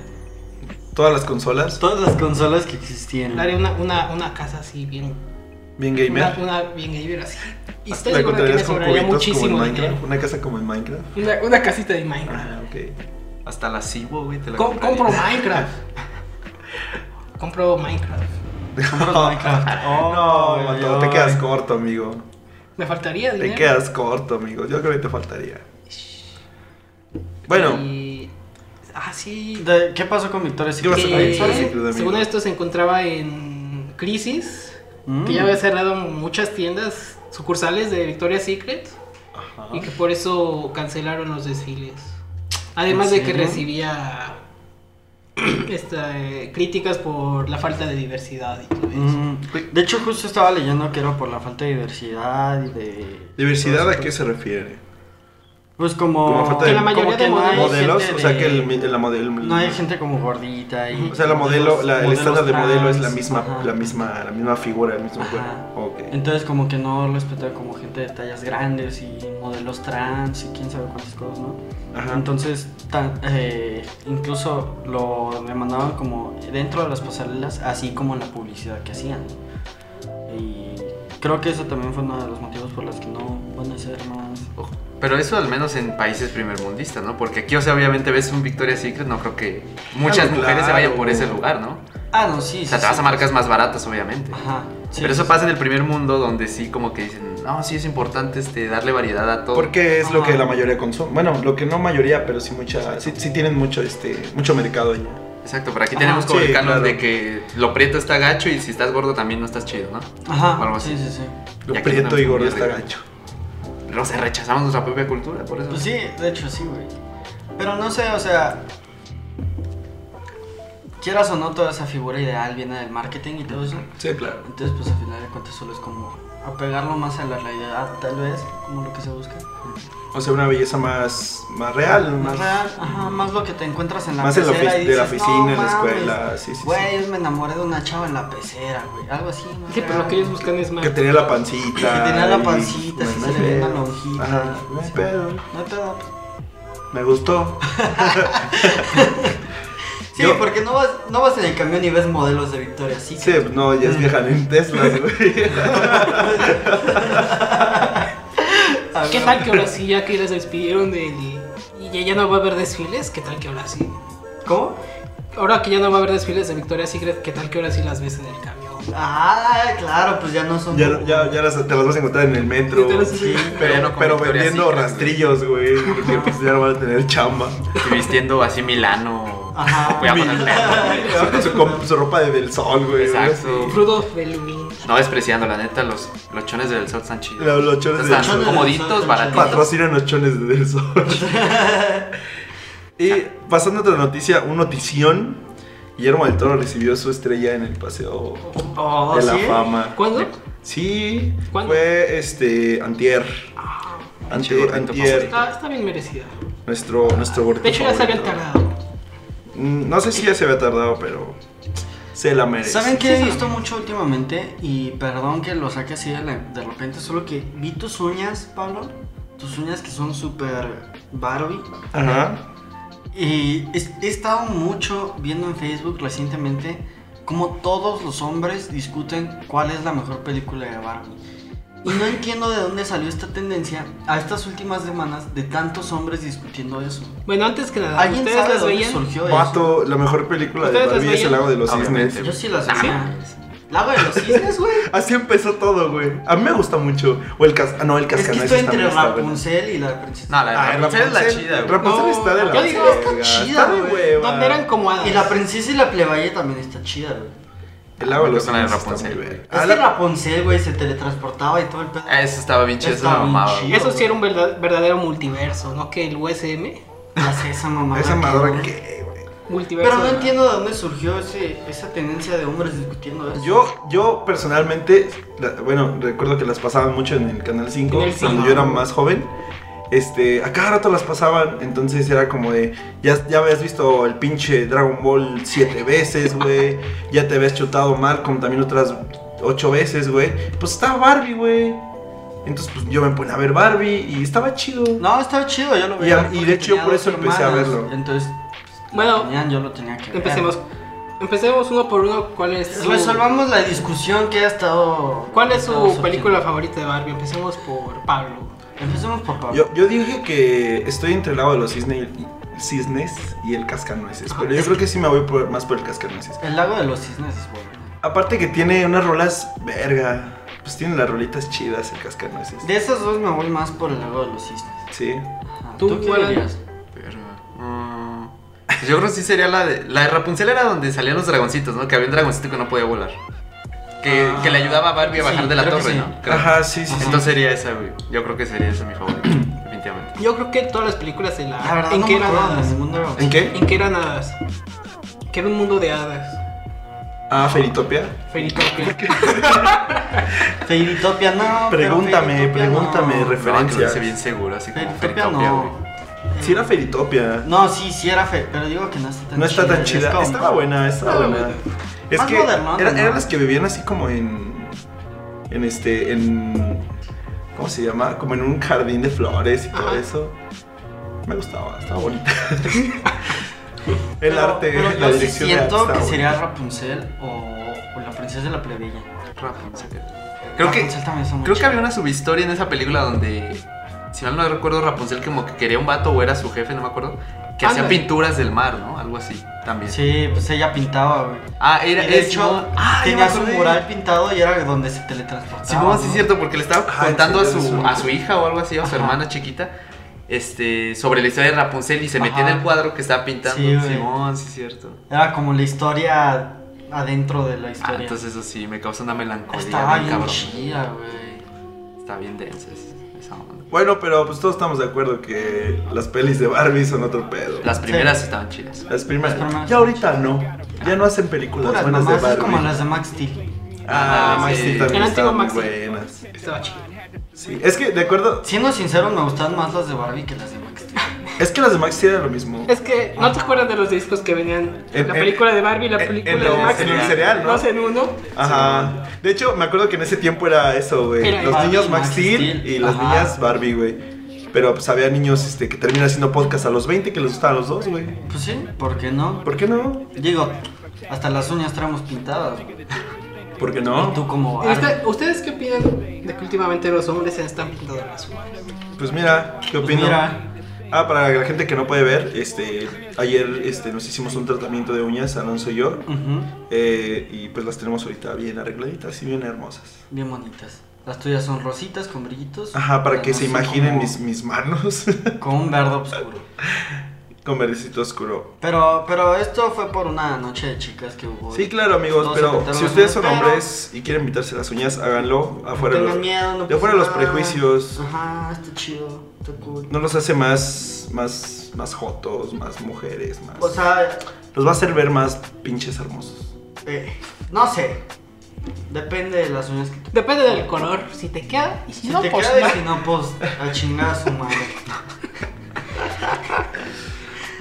A: Todas las consolas.
C: Todas las consolas que existían.
B: Le haría una, una, una casa así bien...
A: Bien gamer.
B: Una, una bien gamer así. Y estoy
A: ¿La
B: seguro que me
A: encontrarías con
B: sobraría
A: cubitos como en
B: muchísimo
A: Minecraft?
B: dinero.
A: ¿Una casa como en Minecraft?
B: Una, una casita de
A: Ah,
B: Minecraft.
A: ok.
D: Hasta la Cibo, güey. Te la
B: Com-
D: comprarías.
B: compro Minecraft. compro Minecraft.
C: Compras Minecraft. Oh,
A: No,
C: ay,
A: Mateo,
C: ay.
A: te quedas corto, amigo.
B: Me faltaría
A: Te
B: dinero.
A: quedas corto, amigo. Yo creo que te faltaría. Bueno,
B: Y- Ah, sí.
C: De- ¿Qué pasó con Victoria
A: ¿Qué pasó
B: que-
A: con Victoria's Secret, amigo?
B: según esto se encontraba en crisis,
C: Mm.
B: que ya había cerrado muchas tiendas sucursales de Victoria's Secret y que por eso cancelaron los desfiles. Además de
C: ¿En
B: que
C: serio?
B: recibía esta, eh, críticas por la falta de diversidad y todo eso.
C: Mm, De hecho, justo estaba leyendo que era por la falta de diversidad y de.
A: ¿diversidad
C: todo
A: a
C: eso.
A: qué se refiere?
C: Pues como.
A: Como falta
B: Que
A: de-
B: la mayoría
C: como que
B: de
C: no hay
A: ¿Modelos?
C: gente
A: O sea, que el,
C: de-
A: la modelo.
C: No hay gente como gordita y.
A: O sea, la modelo, la- el
C: modelos
A: estándar de modelo es la
C: trans,
A: misma,
C: ajá.
A: la misma, la misma figura, el mismo
C: Ajá.
A: cuerpo. Ok.
C: Entonces, como que no respetan como gente de tallas grandes y modelos trans y quién sabe cuántas cosas, ¿no?
A: Ajá.
C: Entonces, tan- eh, incluso lo demandaban como dentro de las pasarelas, así como en la publicidad que hacían. Y creo que eso también fue uno de los motivos por los que no van a ser más.
D: Ojo. Pero eso al menos en países primermundistas, ¿no? Porque aquí, o sea, obviamente ves un Victoria's Secret, no creo que muchas
A: Claro,
D: mujeres se
A: claro.
D: vayan por ese lugar, ¿no?
C: Ah, no, sí.
D: O sea, te vas a marcas más baratas, obviamente.
C: Ajá. sí,
D: Pero eso
C: sí,
D: pasa en el primer mundo, donde sí como que dicen, no, sí es importante este, darle variedad a todo.
A: Porque es lo que
C: Ajá.
A: la mayoría consume. Bueno, lo que no mayoría, pero sí mucha, sí, sí tienen mucho, este, mucho mercado allá.
D: Exacto, pero aquí
C: Ajá,
D: tenemos como
A: Ah, sí,
D: el canon
A: claro.
D: de que lo prieto está gacho y si estás gordo también no estás chido, ¿no?
C: Ajá.
D: O algo así.
C: Sí, sí, sí.
A: Lo
D: Y aquí
A: prieto
D: tenemos
A: y gordo
D: comida
A: está
D: rica.
A: gancho. Pues
D: Pero o sea, rechazamos nuestra propia cultura, por eso.
C: Pues sí, de hecho sí, güey. Pero no sé, o sea. Quieras o no, toda esa figura ideal viene del marketing y todo eso.
A: Sí, claro.
C: Entonces, pues al final de cuentas, solo es como apegarlo más a la realidad, tal vez, como lo que se busca.
A: O sea, una belleza más, más real.
C: Más real, ajá, más lo que te encuentras en la
A: Más en la
C: pecera.
A: ofi-
C: y
A: de la
C: dices,
A: oficina,
C: "No
A: en la
C: mames,
A: escuela", sí, sí, sí.
C: Güey, me enamoré de una chava en la pecera, güey. Algo así, ¿no?
B: Sí, pero lo que ellos buscan es más.
A: Que tenía la pancita.
C: Que tenía la
A: y-
C: pancita, sí,
A: bueno,
C: se le
A: no
C: veía
A: sé.
C: una lonjita.
A: Ajá, no hay
C: Sí.
A: pedo.
C: No hay pedo.
A: Me gustó.
C: Sí,
A: Yo-
C: porque no vas, no vas en el camión y ves modelos de Victoria, sí.
A: Sí, no, ya es vieja en Teslas, güey.
B: ¿Qué tal que ahora sí, ya que las despidieron del. y ya, ya no va a haber desfiles? ¿Qué tal que ahora sí?
C: ¿Cómo?
B: Ahora que ya no va a haber desfiles de Victoria's Secret, ¿qué tal que ahora sí las ves en el camión?
C: Ah, claro, pues ya no son.
A: Ya, ya, ya las, te las vas a encontrar en el metro.
B: Sí, te las-
A: Sí,
D: pero
A: pero
D: no con
A: pero
D: Victoria's
A: vendiendo
D: Secret,
A: rastrillos, güey. Porque pues ya no van a tener chamba.
D: Y vistiendo así Milano.
A: Ah.
C: Ajá.
D: Voy a poner Milano.
A: Con su, com- su ropa de del sol, güey.
D: Exacto.
B: Fruto del Loom.
D: No despreciando, la neta, los, los chones del sol están chidos.
A: Los- los chones del
D: están
A: sol.
D: comoditos, baratitos.
A: Patrocinan los chones de del sol. y pasando a otra noticia, un notición. Guillermo del Toro recibió su estrella en el paseo
C: Oh,
A: de la
C: ¿sí?
A: fama.
B: ¿Cuándo?
A: Sí,
B: ¿Cuándo?
A: fue este Antier. Ante-
D: Pinche gordito
A: antier,
B: Está, Ah, está bien merecida.
A: nuestro, nuestro gordito
B: De hecho, ya se habían
A: favorito.
B: tardado.
A: Mm, No sé si ya se había tardado, pero se la merece.
C: ¿Saben qué he visto mucho últimamente? Y perdón que lo saque así de, la- de repente, solo que vi tus uñas, Pablo. Tus uñas que son súper Barbie.
A: Ajá.
C: Y es- he estado mucho viendo en Facebook recientemente cómo todos los hombres discuten cuál es la mejor película de Barbie. Y no entiendo de dónde salió esta tendencia a estas últimas semanas de tantos hombres discutiendo eso.
B: Bueno, antes que nada,
C: ¿Alguien
B: ¿ustedes
C: sabe de
B: las
C: dónde
B: veían?
C: surgió eso?
A: Pato, la mejor película de
B: ¿Ustedes las
A: Barbie es El
B: veían?
A: Lago de los
D: Obviamente.
A: Cisnes.
C: Yo sí las
B: ¿Ah,
D: Nah,
C: veía. ¿La hago de los cisnes, güey?
A: Así empezó todo, güey. A mí me gusta mucho. O el cas... ah, no, el
C: Es que
A: cascanueces
C: estoy
A: también
C: entre
A: está bueno.
C: Rapunzel y la princesa.
D: No, la de
A: Ah,
D: Rapunzel es la chida, güey.
A: Rapunzel
B: No,
A: está de la
B: yo digo,
A: verga,
C: está chida,
A: está de
C: güey.
A: hueva.
B: Donde eran como hadas.
C: Y la princesa y la plebeya también está chida, güey.
A: El Lago de los
D: Creo que la de
A: Cisnes está muy
D: Rapunzel.
A: verga.
C: Es
A: Ah,
C: que
A: la-
C: Rapunzel, güey, se teletransportaba y todo el pedo.
D: Ah, Eso estaba bien chido, eso
C: Estaba
D: me
C: bien
D: mamaba.
C: chido.
B: Eso sí era un verdad- verdadero multiverso, ¿no? Que el USM,
C: Haz esa mamada.
A: Esa
C: que,
A: madre
C: güey.
A: que, güey.
B: multiverso.
C: Pero no
B: de-
C: entiendo de dónde surgió ese, esa tendencia de hombres discutiendo eso.
A: Yo, yo personalmente, la- bueno, recuerdo que las pasaban mucho en el Canal 5,
B: En el
A: cuando
B: 5.
A: yo era más joven. Este, a cada rato las pasaban, entonces era como de, ya, ya habías visto el pinche Dragon Ball siete veces, güey, ya te habías chutado Malcolm también otras ocho veces, güey, pues estaba Barbie, güey. Entonces, pues yo me ponía a ver Barbie y estaba chido.
C: No, estaba chido, yo lo
A: Y
C: veía.
A: a- y de hecho, yo por eso empecé a verlo.
C: Entonces,
B: Bueno,
C: tenían, yo lo tenía que ver.
B: empecemos. Empecemos uno por uno. ¿Cuál es su,
C: Resolvamos la discusión que ha estado.
B: ¿cuál es
C: estado
B: su
C: surgiendo.
B: película favorita de Barbie? Empecemos por Pablo.
C: Empecemos por Pablo.
A: Yo, yo dije que estoy entre el lado de los cisne- cisnes y el cascanueces, pero yo creo que sí me voy por- más por el cascanueces.
C: El lago de los cisnes es bueno.
A: Aparte que tiene unas rolas verga. Pues tiene las rolitas chidas el cascanueces.
C: De esas dos me voy más por el lago de los cisnes.
A: Sí.
C: Ajá.
B: ¿Tú, Alan?
D: Pero, mm, pues yo creo que sí sería la de. La de Rapunzel era donde salían los dragoncitos, ¿no? Que había un dragoncito que no podía volar. Que,
C: Ah,
D: que le ayudaba a Barbie a
C: sí,
D: bajar de la
C: creo que
D: torre,
C: sí.
D: ¿no? Creo.
A: Ajá, sí, sí. sí.
D: Entonces sería esa, güey. Yo creo que sería esa mi favorita, definitivamente.
B: Yo creo que todas las películas de la.
C: La verdad,
B: ¿En
C: no
B: qué
C: me
B: eran
C: acuerdo de
B: hadas?
C: ningún dragón.
A: ¿En qué?
B: ¿En qué eran hadas? Que era un mundo de hadas.
A: Ah, Feritopia.
B: Feritopia.
C: Fairytopia no. pero
A: Pregúntame,
C: Fairytopia
A: pregúntame, ref-
C: no.
D: No, que lo
A: Referencias.
D: hice bien seguro, así como
C: Fairytopia
D: Feritopia,
C: no.
D: güey.
A: Sí era Feritopia.
C: No, sí, sí era fe, pero digo que no está tan
A: No está tan
C: es
A: chida.
C: como-
A: Estaba buena, estaba
B: Estaba
A: buena.
B: buena.
A: Es
C: Más
A: que
C: moderna,
A: eran,
C: ¿no?
A: eran las que vivían así como en... En este... En... ¿Cómo se llama? Como en un jardín de flores y todo
B: Ajá.
A: eso. Me gustaba, estaba bonita. El
C: Pero-
A: arte,
C: pero
A: la
C: yo sí
A: dirección.
C: siento
A: estaba
C: que
A: buena.
C: sería Rapunzel o, o la princesa de la plebeya.
D: Rapunzel. Creo que.
C: Rapunzel también está muy
D: Creo que
C: chida.
D: había una subhistoria en esa película donde, si mal no recuerdo, Rapunzel como que quería un vato o era su jefe, no me acuerdo, que hacía
B: Ándale.
D: pinturas del mar, ¿no? Algo así también.
C: Sí, pues ella pintaba, güey.
D: Ah, era
C: Y de
D: eh,
C: hecho,
D: Simón. Ah, ya me
C: tenía su
D: acordé.
C: mural pintado y era donde se teletransportaba.
D: Simón, sí, es
C: ¿no?
D: cierto, porque le estaba
A: Ah,
D: contando a
A: sí,
D: su,
A: sí.
D: a su hija o algo así, o a su
C: Ajá.
D: hermana chiquita, este, sobre la historia de Rapunzel y se metía
C: Ajá.
D: en el cuadro que estaba pintando.
C: Sí, güey.
D: Simón, sí, es cierto.
C: Era como la historia adentro de la
D: Ah,
C: historia.
D: entonces eso sí, me causa una melancolía.
C: Estaba
D: bien
C: bien
D: cabrón.
C: chida, güey.
D: Está bien densa. es- esa onda.
A: Bueno, pero pues todos estamos de acuerdo que las pelis de Barbie son otro pedo.
D: Las primeras estaban chidas.
A: Las primeras.
C: Las primeras.
A: Ya ahorita no. Ya no hacen películas
C: Puras
A: buenas de
C: mamás, es
A: Barbie.
C: como las de Max Steel.
A: Ah,
D: Ah,
A: Maxi
D: sí.
A: también
B: El antiguo
A: estaban muy
B: Maxi.
A: buenas.
B: Estaba chido.
A: Sí, es que de acuerdo,
C: Siendo sincero, me gustan más las de Barbie que las de Max Steel.
A: es que las de Maxi eran lo mismo.
B: Es que no te acuerdas de los discos que venían.
A: En-
B: la
A: en-
B: película de Barbie, la
A: en-
B: película
A: en
B: de
A: los-
B: Max.
A: en el cereal, ¿no?
B: Dos en uno.
A: Ajá. De hecho, me acuerdo que en ese tiempo era eso, güey.
B: Era
A: Los
C: Barbie,
A: niños Max
C: Max
A: Steel
C: Steel.
A: y las
C: Ajá.
A: niñas Barbie, güey. Pero pues había niños este, que terminan haciendo podcast a los 20 que les gustaban los dos, güey.
C: Pues sí, ¿por qué no?
A: ¿Por qué no?
C: Digo, hasta las uñas traemos pintadas. güey.
A: ¿Por qué
C: Y tú
A: no?
C: como
B: ¿Y usted-
C: Barbie.
B: ¿Ustedes qué opinan de que últimamente los hombres se están pintando las uñas?
A: Pues mira, ¿qué
C: Pues
A: opino?
C: mira,
A: Ah, para la gente que no puede ver, este, ayer este, nos hicimos un tratamiento de uñas, Alonso y yo.
C: ujú,
A: eh, y pues las tenemos ahorita bien arregladitas y bien hermosas.
C: bien bonitas. Las tuyas son rositas con brillitos.
A: Ajá, para
C: Las
A: que
C: mías
A: se
C: son
A: imaginen
C: como-
A: mis, mis manos
C: Con un verde oscuro.
A: con verdecito oscuro.
C: Pero, pero esto fue por una noche de chicas que hubo.
A: Sí, claro, amigos,
C: Todos se
A: pero
C: pintaron
A: si
C: las
A: ustedes son
C: uñas, pero
A: hombres y quieren pintarse las uñas, háganlo
C: No
A: afuera de
C: tengan
A: los,
C: miedo, no
A: de
C: pasa
A: afuera de los
C: nada.
A: prejuicios.
C: Ajá, está chido, está cool.
A: No los hace más, más, más jotos, más mujeres, más.
C: O sea,
A: los va a hacer ver más pinches hermosos.
C: eh, no sé. Depende de las uñas que tú.
B: Depende del color, si te queda y si,
C: Si
B: no,
C: te
B: pues
C: queda
B: no.
C: y si no, pues a chingar a su madre.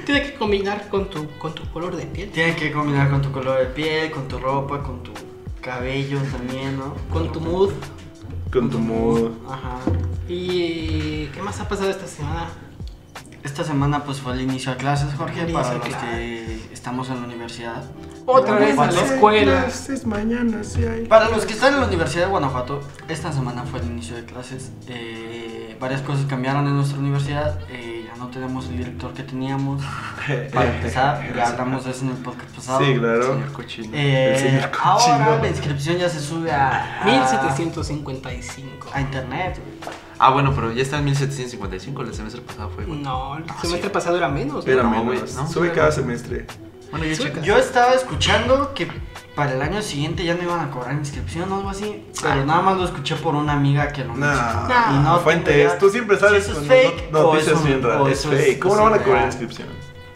B: Tiene que combinar con tu, con tu color de piel,
C: Tiene que combinar con tu color de piel, con tu ropa, con tu cabello también, ¿no?
B: con tu mood.
A: Con tu mood.
C: Ajá.
B: ¿Y qué más ha pasado esta semana?
C: Esta semana pues fue el inicio a clases, Jorge,
B: Inicio
C: para
B: a
C: los
B: clases.
C: que estamos en la universidad.
B: Otra vez a la
C: Las
B: escuela.
A: mañana, sí hay.
C: Para los que están en la Universidad de Guanajuato, esta semana fue el inicio de clases. Eh, varias cosas cambiaron en nuestra universidad. Eh, ya no tenemos el director que teníamos. Para empezar, ya hablamos de eso en el podcast pasado.
A: Eh, Sí, claro.
D: Señor cochino.
C: Eh,
A: El señor
C: ahora
A: cochino.
C: la inscripción ya se sube a, a-
B: Ah. 1755.
C: a internet. güey.
D: Ah, bueno, pero ya está en 1755, el semestre pasado fue. güey.
B: No, el semestre pasado era menos. ¿no?
A: Era
D: No,
A: menos.
D: güey, no.
A: pues, Sube cada semestre.
D: Bueno, yo chicas.
C: Yo estaba escuchando que para el año siguiente ya no iban a cobrar inscripción o algo así, pero nada más lo escuché por una amiga que lo mencionó.
A: Nah,
C: Y no tengo
A: fuentes.
C: idea
A: Tú siempre sales
C: si eso
A: con
C: es
A: no-
C: fake o
A: noticias
C: eso-
A: bien
C: o
A: raras. Es
C: eso es
A: fake. ¿Cómo no van a
C: cosa
A: cobrar
C: real?
A: inscripción?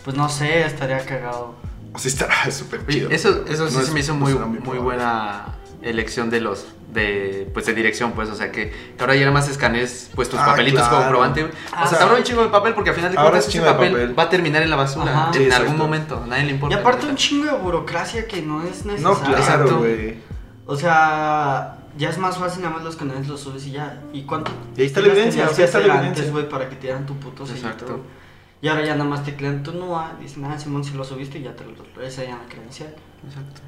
C: Pues no sé, estaría cagado.
A: O sea, estará súper
D: Oye,
A: chido.
D: Eso, eso sí
A: No
D: se
A: es-
D: me hizo
A: no
D: muy,
A: será
D: muy
A: probable.
D: buena elección de los de pues de dirección pues o sea que, que ahora ya nada más escanees pues tus
A: Ah,
D: papelitos
A: claro.
D: comprobante güey.
C: Ah,
D: o sea
C: sí.
D: te ahorra un chingo de papel porque al final de
A: Ahora
D: cuentas
A: es
D: ese
A: chingo de
D: papel,
A: papel.
D: va a terminar en la basura
C: Ajá.
D: en
A: Sí,
D: algún
A: exacto.
D: momento a nadie le
C: Y
D: importa
C: aparte
D: güey.
C: un chingo de burocracia que no es necesaria.
A: No,
D: Exacto.
A: claro, güey.
C: O sea, ya es más fácil nada más los canales los subes y ya. ¿Y cuánto?
A: Y ahí está la
C: tenías
A: evidencia,
C: que
A: o sea, ahí está la
C: hacer
A: evidencia.
C: antes, güey, para que te dieran tu puto sellito.
D: Exacto.
C: Y ahora ya nada más teclean tu NUA, dicen, ah, Simón, si lo subiste y ya te lo esa ya la credencial.
D: exacto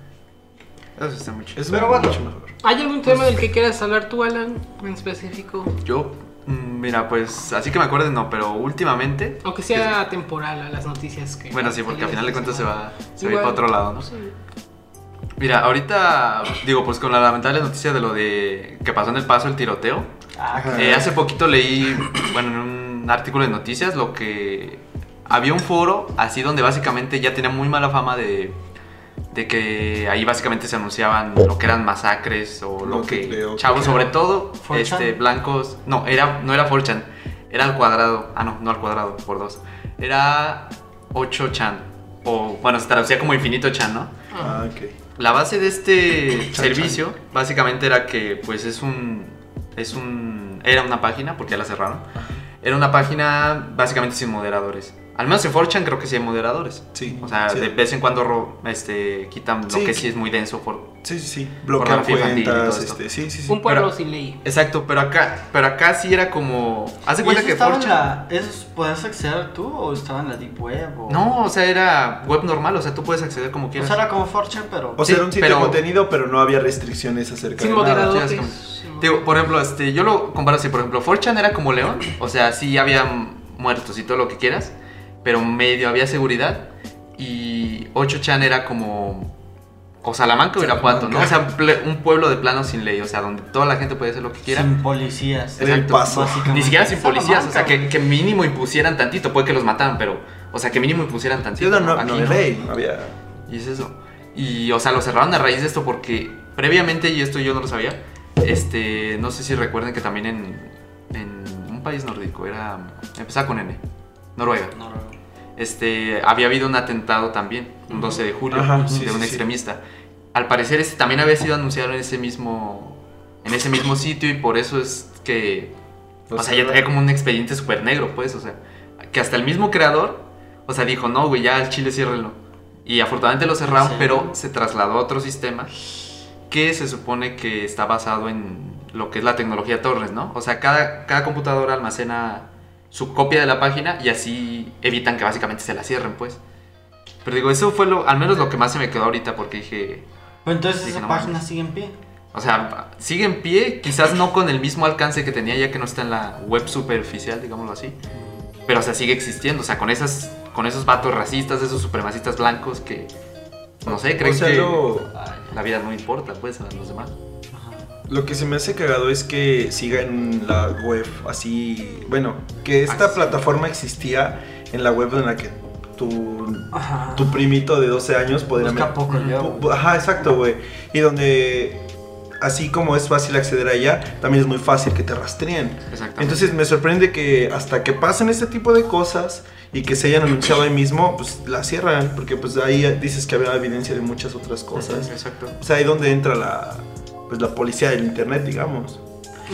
D: eso está muy chido
A: Es
C: Pero
A: mucho
C: bueno.
A: mejor.
B: ¿Hay algún tema del que quieras hablar tú, Alan, en específico?
D: yo mm, mira pues así que me acuerden no pero últimamente
B: Aunque sea temporal a las noticias que.
D: bueno sí porque al final de cuentas se va se va a ir
B: Igual.
D: para otro lado no
B: Sí.
D: mira ahorita digo pues con la lamentable noticia de lo de que pasó en el paso el tiroteo
C: Ah,
A: Ajá.
D: Eh, hace poquito leí, bueno, en un artículo de noticias, lo que había un foro así donde básicamente ya tenía muy mala fama de, de que ahí básicamente se anunciaban lo que eran masacres o lo
A: No te
D: que
A: creo.
D: chavos, sobre todo
C: 4chan.
D: este, blancos, no, era no era 4chan, era al cuadrado, ah no, no al cuadrado, por dos. Era 8chan o bueno, se traducía como infinito chan, ¿no?
B: Ah,
A: Ah, ok.
D: La base de este
A: Chan,
D: servicio básicamente era que pues es un es un era una página porque ya la cerraron. Era una página básicamente sin moderadores. Al menos en 4chan creo que sí hay moderadores.
A: Sí.
D: O sea,
A: sí.
D: de vez en cuando ro- este quitan
A: Sí.
D: lo que sí es muy denso por
A: Sí, sí, sí.
D: Por
A: Bloquean
D: la FIFA y todo
A: cuentas.
D: esto.
A: Este, sí, sí, sí.
B: Un pueblo
D: Pero-
B: sin ley.
D: Exacto, pero acá pero acá sí era como haz de
C: ¿Y
D: cuenta
C: eso
D: que
C: estaba en
D: 4chan
C: la, ¿Eso podías acceder tú o estaba en la Deep Web? O...
D: No, o sea, era web normal, o sea, tú puedes acceder como
C: O
D: quieras.
C: sea, era como Fortune, pero...
A: O sea,
D: Sí,
A: era un sitio
D: pero-
A: de contenido, pero no había restricciones acerca
B: Sin
A: de nada.
D: moderador.
B: moderadores.
D: sí, Digo, por ejemplo, este, yo lo comparo así, por ejemplo, 4chan era como León, o sea, sí había muertos y todo lo que quieras, pero medio había seguridad, y 8chan era como, o Salamanca o Irapuato, ¿no? O sea, un ple- un pueblo de plano sin ley, o sea, donde toda la gente puede hacer lo que quiera.
C: Sin policías.
A: Era el
D: Exacto.
A: paso.
C: Básicamente.
D: Ni siquiera sin policías, o sea,
C: Salamanca,
D: que, que mínimo impusieran tantito, puede que los mataran, pero, o sea, que mínimo impusieran
A: Sí,
D: tantito.
A: no, no,
D: Aquí
A: no, de ley. Había.
D: y es eso. Y, o sea, lo cerraron a raíz de esto porque previamente, y esto yo no lo sabía, este, no sé si recuerden que también en, en un país nórdico, era empezaba con N, Noruega.
C: No, no, no.
D: Este, había habido un atentado también, un 12 de julio,
A: Ajá,
D: de
A: sí, sí,
D: un
A: sí.
D: extremista. Al parecer este también había sido anunciado en ese mismo en ese mismo sitio y por eso es que o,
A: Pues
D: sea, ya traía como un expediente súper negro, pues, o sea, que hasta el mismo creador, o sea, dijo, "No, güey, ya al Chile ciérrenlo." Y afortunadamente lo cerraron,
C: Sí.
D: pero se trasladó a otro sistema que se supone que está basado en lo que es la tecnología Torres, ¿no? O sea, cada, cada computadora almacena su copia de la página y así evitan que básicamente se la cierren, pues. Pero digo, eso fue lo, al menos lo que más se me quedó ahorita porque dije,
C: Pero entonces
D: Dije,
C: esa
D: no
C: página
D: mames.
C: sigue en pie.
D: o sea, sigue en pie, quizás no con el mismo alcance que tenía ya que no está en la web superficial, digámoslo así, pero o sea, sigue existiendo, o sea, con esas con esos vatos racistas, esos supremacistas blancos que no sé, creen
A: O sea,
D: que
A: lo-
D: ay, la vida no importa, pues, a los demás.
A: Lo que se me hace cagado es que siga en la web así. Bueno, que esta
D: Así.
A: plataforma existía en la web en la que tu,
C: Ajá.
A: tu primito de 12 años podría
C: Busca
A: met-
C: poco yo,
A: Pu-
C: güey.
A: Ajá, exacto, güey. Y donde, así como es fácil acceder allá, también es muy fácil que te rastreen.
D: Exactamente.
A: Entonces me sorprende que hasta que pasen este tipo de cosas y que se hayan anunciado ahí mismo, pues la cierran, porque pues ahí dices que había evidencia de muchas otras cosas.
D: Exacto.
A: O sea, ahí donde entra la, pues, la policía del internet, digamos.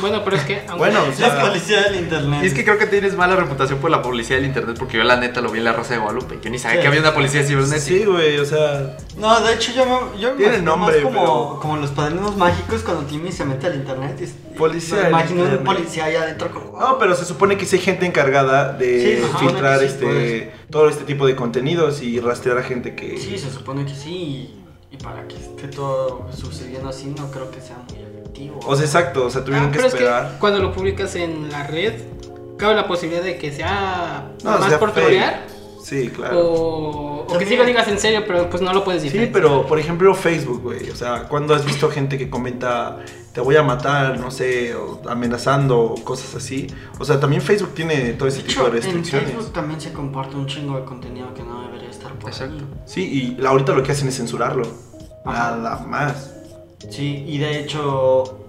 B: Bueno, pero es que. aunque-
A: pues, Bueno, pues, o
C: La
A: sea,
C: policía del internet.
D: Y es que creo que tienes mala reputación por la publicidad del internet, porque yo la neta lo vi en la Rosa de Guadalupe. Yo ni sabía
C: Sí.
D: que había una policía
C: Pues
D: cibernética.
A: sí, güey, o sea,
C: No, de hecho yo me, yo me
A: Tiene
C: imagino
A: nombre,
C: más como,
A: pero-
C: como los padrinos mágicos cuando Timmy se mete al internet. Y, y
A: Policía
C: Me
A: del
C: imagino un
A: internet.
C: policía allá adentro como... "Ah,
A: No, pero se supone que sí hay gente encargada de
C: Sí, se supone
A: filtrar
C: que sí, pues.
A: este todo este tipo de contenidos y rastrear a gente que
C: Sí, se supone que sí. Y, y para que esté todo sucediendo así no creo que sea muy efectivo.
A: o sea, exacto, o sea, tuvieron
B: Ah,
A: que
B: pero es
A: esperar.
B: cuando lo publicas en la red, cabe la posibilidad de que sea
A: No,
B: más
A: sea
B: por
A: fake.
B: trolear
A: Sí, claro.
B: o, o que
C: También-
B: sí lo digas en serio, pero pues no lo puedes decir.
A: Sí, pero por ejemplo Facebook, güey, o sea, cuando has visto gente que comenta te voy a matar, no sé, o amenazando o cosas así? O sea, también Facebook tiene todo ese
C: De
A: tipo de
C: hecho, en
A: restricciones.
C: Facebook también se comparte un chingo de contenido que no debería estar por
D: Exacto.
C: ahí.
A: Sí, y la- ahorita lo que hacen es censurarlo.
C: Ajá.
A: Nada más.
C: Sí, y de hecho,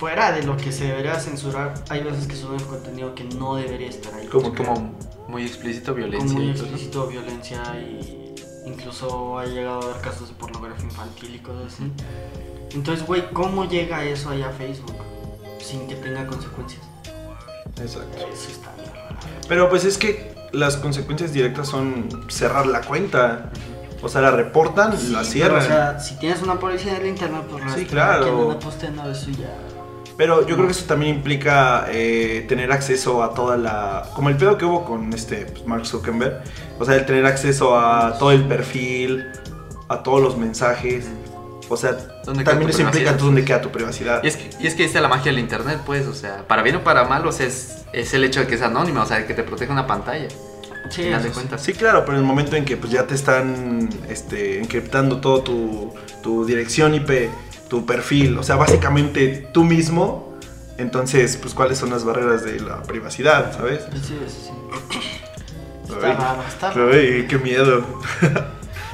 C: fuera de lo que se debería censurar, hay veces que suben contenido que no debería estar ahí.
A: Como
D: Como, como muy explícito,
C: Con
D: violencia.
C: muy
D: y todo eso.
C: explícito, violencia y incluso ha llegado a haber casos de pornografía infantil y cosas así. Entonces, güey, ¿cómo llega eso allá a Facebook sin que tenga consecuencias?
A: Exacto.
C: Eso está bien raro.
A: Pero pues es que las consecuencias directas son cerrar la cuenta. O sea, la reportan, la
C: Sí,
A: cierran.
C: pero, O sea, si tienes una policía del internet, pues
A: Sí,
C: rastrea
A: claro.
C: quién anda posteando eso y ya.
A: Pero yo creo que eso también implica eh, tener acceso a toda la... Como el pedo que hubo con este pues, Mark Zuckerberg. O sea, el tener acceso a todo el perfil, a todos los mensajes. O sea,
D: ¿Dónde queda
A: también
D: tu
A: eso implica
D: privacidad?
A: dónde queda tu privacidad.
D: Y es, que, y es que ahí está la magia del internet, pues, o sea, para bien o para mal, o sea, es, es el hecho de que es anónima, o sea, de que te protege una pantalla,
C: Sí,
D: al final
C: eso
D: de
C: sí.
D: cuentas.
A: Sí, claro, pero en el momento en que pues, ya te están este, encriptando todo tu, tu dirección IP, tu perfil, o sea, básicamente tú mismo, entonces, pues, ¿cuáles son las barreras de la privacidad, sabes?
C: Pues sí, eso sí.
A: Ay.
C: Está raro, está
A: Pero,
C: raro.
A: ey, qué miedo.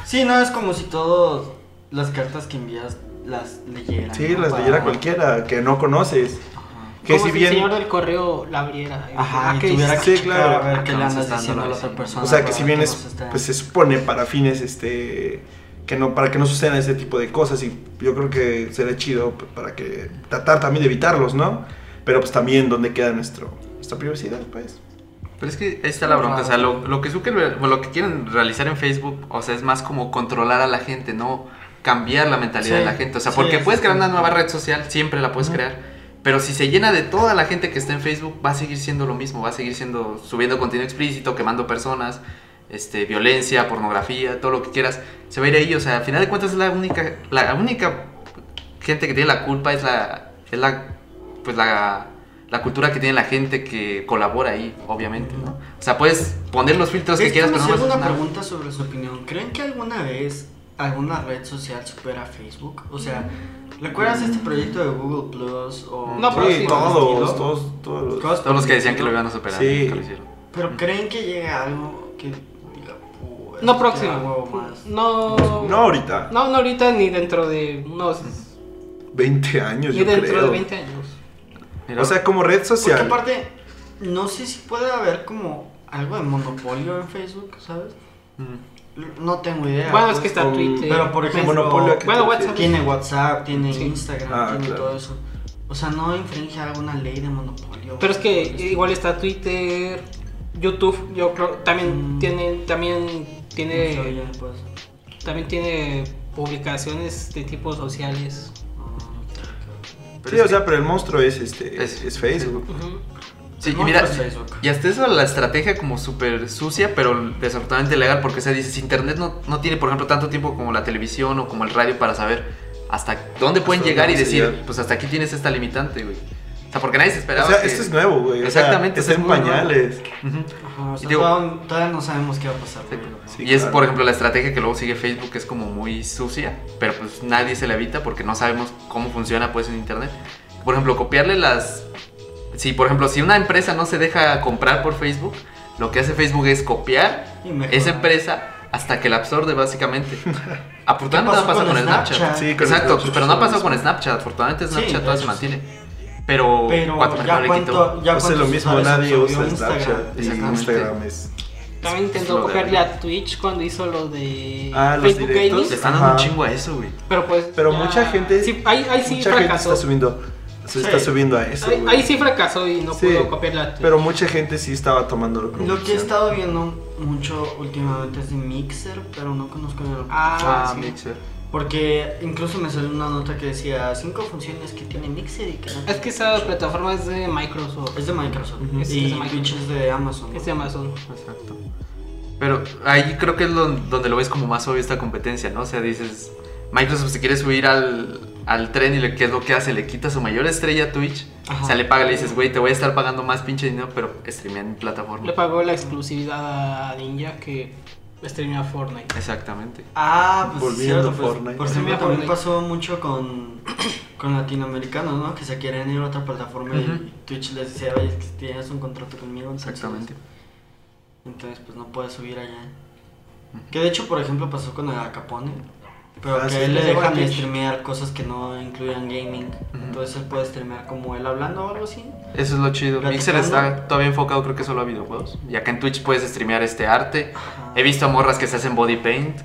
C: Sí, no, es como si todas las cartas que envías las leyeran.
A: Sí,
C: ¿no?
A: las
C: Para-
A: leyera cualquiera que no conoces.
C: Ajá.
A: Que
B: Como
A: si
B: si
A: bien-
B: el señor del correo la abriera.
C: Ajá,
B: Ah,
C: y
B: ¿qué
C: tuviera
B: dices?
C: que
A: Sí,
C: checar
A: claro.
C: a ver qué le
D: Estamos
C: andas
D: estándolo
C: diciendo a la
D: así.
C: otra persona.
A: O sea,
C: para este,
A: que si
C: ver
A: bien
C: qué
A: es,
C: nos está-
A: pues se supone para fines, este, que no, para que no sucedan ese tipo de cosas y yo creo que será chido p- para que tratar también de evitarlos, ¿no? Pero pues también dónde queda nuestro, nuestra privacidad, pues.
D: Pero es que ahí está la bronca, o sea, lo, lo que Zuckerberg- o lo que quieren realizar en Facebook, o sea, es más como controlar a la gente, no cambiar la mentalidad
C: Sí,
D: de la gente, o sea,
C: sí,
D: porque
C: eso
D: puedes crear
C: está.
D: una nueva red social, siempre la puedes crear, pero si se llena de toda la gente que está en Facebook, va a seguir siendo lo mismo, va a seguir siendo, subiendo contenido explícito, quemando personas, este, violencia, pornografía, todo lo que quieras, se va a ir ahí, o sea, al final de cuentas es la única, la única gente que tiene la culpa es la, es la, pues la, la cultura que tiene la gente que colabora ahí, obviamente, ¿no? O sea, puedes poner los filtros que
C: Es
D: quieras,
C: como
D: pero no
C: si
D: vas
C: hago
D: a
C: una
D: nada.
C: pregunta sobre su opinión. ¿Creen que alguna vez alguna red social supera a Facebook? O sea, ¿recuerdas este proyecto de Google Plus? O
B: No, pero
A: Sí,
B: sí,
C: cosas por el estilo?
A: todos, todos, todos.
C: Cosas por
D: Todos los
C: el
D: que decían que
C: estilo.
D: lo iban a superar,
A: Sí.
D: nunca lo hicieron.
C: Pero ¿creen que llega algo que diga, pues,
B: No
C: ya huevo
B: próximo.
C: más?
B: No.
A: No ahorita,
B: No, no ahorita ni dentro de unos.
A: 20 años
B: Ni
A: yo
B: dentro
A: creo.
B: de 20 años.
D: Mira,
A: O sea, como red
C: Porque
A: social.
C: aparte, no sé si puede haber como algo de monopolio en Facebook, ¿sabes?
D: Mm.
C: No tengo idea.
B: Bueno, es
C: pues.
B: que está
A: con-
B: Twitter.
C: Pero por ejemplo,
A: Monopolio, ¿a qué
B: Bueno,
A: te
B: WhatsApp.
C: tiene WhatsApp, tiene
B: Sí.
C: Instagram,
A: Ah,
C: tiene
A: claro.
C: todo eso. O sea, no infringe alguna ley de monopolio. Este,
B: Pero es que
C: Por el estilo.
B: igual está Twitter, YouTube, yo creo también
C: Mm.
B: tiene también
C: No
B: tiene
C: sabía, pues.
B: también tiene publicaciones de tipo sociales.
C: Ah,
D: Pero
A: Sí,
D: es
A: o
D: que-
A: sea, pero el monstruo es este
D: Es-
A: es, Facebook.
B: Ujú.
D: Sí, y
C: No,
D: mira,
C: pero Facebook.
D: y hasta eso la estrategia como súper sucia, pero desafortunadamente legal, porque se dice, si internet no, no tiene, por ejemplo, tanto tiempo como la televisión o como el radio para saber hasta dónde pueden
A: Hasta
D: llegar y
A: dónde
D: decir,
A: llegar.
D: pues hasta aquí tienes esta limitante, güey. O sea, porque nadie se
A: O
D: esperaba.
A: sea,
D: que-
A: esto es nuevo, güey. o sea,
D: Exactamente,
A: está
D: es
A: en
D: muy nuevo.
A: pañales.
D: Ujú.
C: Ajá, o sea,
D: y digo-
C: todavía, todavía no sabemos qué va a pasar. güey, ¿no?
A: Sí,
D: y es,
A: claro.
D: por ejemplo, la estrategia que luego sigue Facebook, que es como muy sucia, pero pues nadie se la evita porque no sabemos cómo funciona pues en Internet. Por ejemplo, copiarle las... Si, por ejemplo, si una empresa no se deja comprar por Facebook, lo que hace Facebook es copiar
C: Y mejorar.
D: esa empresa hasta que la absorbe básicamente. Afortunadamente
C: ¿Qué
D: no
C: pasó
D: pasa con,
C: con
D: Snapchat.
C: Snapchat?
A: Sí, con
D: Exacto,
A: Snapchat.
D: pero no ha pasado con Snapchat. Afortunadamente Snapchat
C: de
D: todavía se
C: hecho,
D: mantiene. Pero,
C: Pero
D: Cuatro
C: ya
D: le quitó.
C: cuánto, ya
A: Pues es lo
C: cuántos
A: mismo,
C: usuarios
A: nadie
C: absorbió
A: usa
C: Instagram.
A: Snapchat. Y
D: Exactamente.
A: Instagram es.
B: También
D: lo
B: intentó
D: de
B: cogerle
D: arriba.
B: a Twitch cuando hizo lo de
A: Ah, los
B: Facebook
A: directos.
B: Gaming,
D: Le están dando un
A: Ajá.
D: chingo a eso, güey.
B: pero pues
A: Pero
B: ya-
A: mucha gente.
B: sí, ahí, ahí sí
A: mucha gente
B: fracasó.
A: está subiendo. Se está
C: Sí.
A: subiendo a eso.
B: ahí,
A: güey.
B: ahí sí fracasó y no
A: Sí,
B: pudo copiarle a Twitch.
A: Pero mucha gente sí estaba tomándolo como.
C: Lo que he
A: opción.
C: estado viendo mucho últimamente es de Mixer, pero no conozco el
B: Ah, sí.
D: Mixer.
C: Porque incluso me salió una nota que decía cinco funciones que tiene Mixer y que no-
B: es que esa plataforma es de Microsoft,
C: es de Microsoft
A: Ujú.
B: Es- es de
C: y
B: Microsoft.
C: Twitch es de Amazon. ¿no?
B: es de Amazon.
D: Exacto. Pero ahí creo que es lo- donde lo ves como más obvio esta competencia, ¿no? O sea, dices, Microsoft se quiere subir al, al tren y le, ¿qué es lo que hace? Le quita su mayor estrella a Twitch.
C: Ajá.
D: O sea, le paga, le dices, güey, te voy a estar pagando más pinche dinero, pero streamea en mi plataforma.
B: Le pagó la exclusividad a Ninja que streamea Fortnite.
D: Exactamente.
C: Ah, pues sí,
A: Volviendo
C: cierto, pues,
A: Fortnite.
C: Por ejemplo,
B: Volviendo Fortnite.
C: también pasó mucho con, con latinoamericanos, ¿no? Que se quieren ir a otra plataforma
D: Ujú.
C: y Twitch les decía, oye, es que tienes un contrato conmigo. entonces-
D: Exactamente.
C: Entonces, pues no puedes subir allá. Que de hecho, por ejemplo, pasó con el Acapone. Pero
A: Ah,
C: que
A: sí,
C: él le
A: que llegó a
C: dejan
A: Twitch.
C: streamear cosas que no incluyan gaming. Entonces él puede streamear como él hablando o algo así.
D: Eso es lo chido.
C: Platicando.
D: Mixer está todavía enfocado, creo que solo a videojuegos. Y acá en Twitch puedes streamear este arte.
C: Ajá.
D: He visto a morras que se hacen body paint,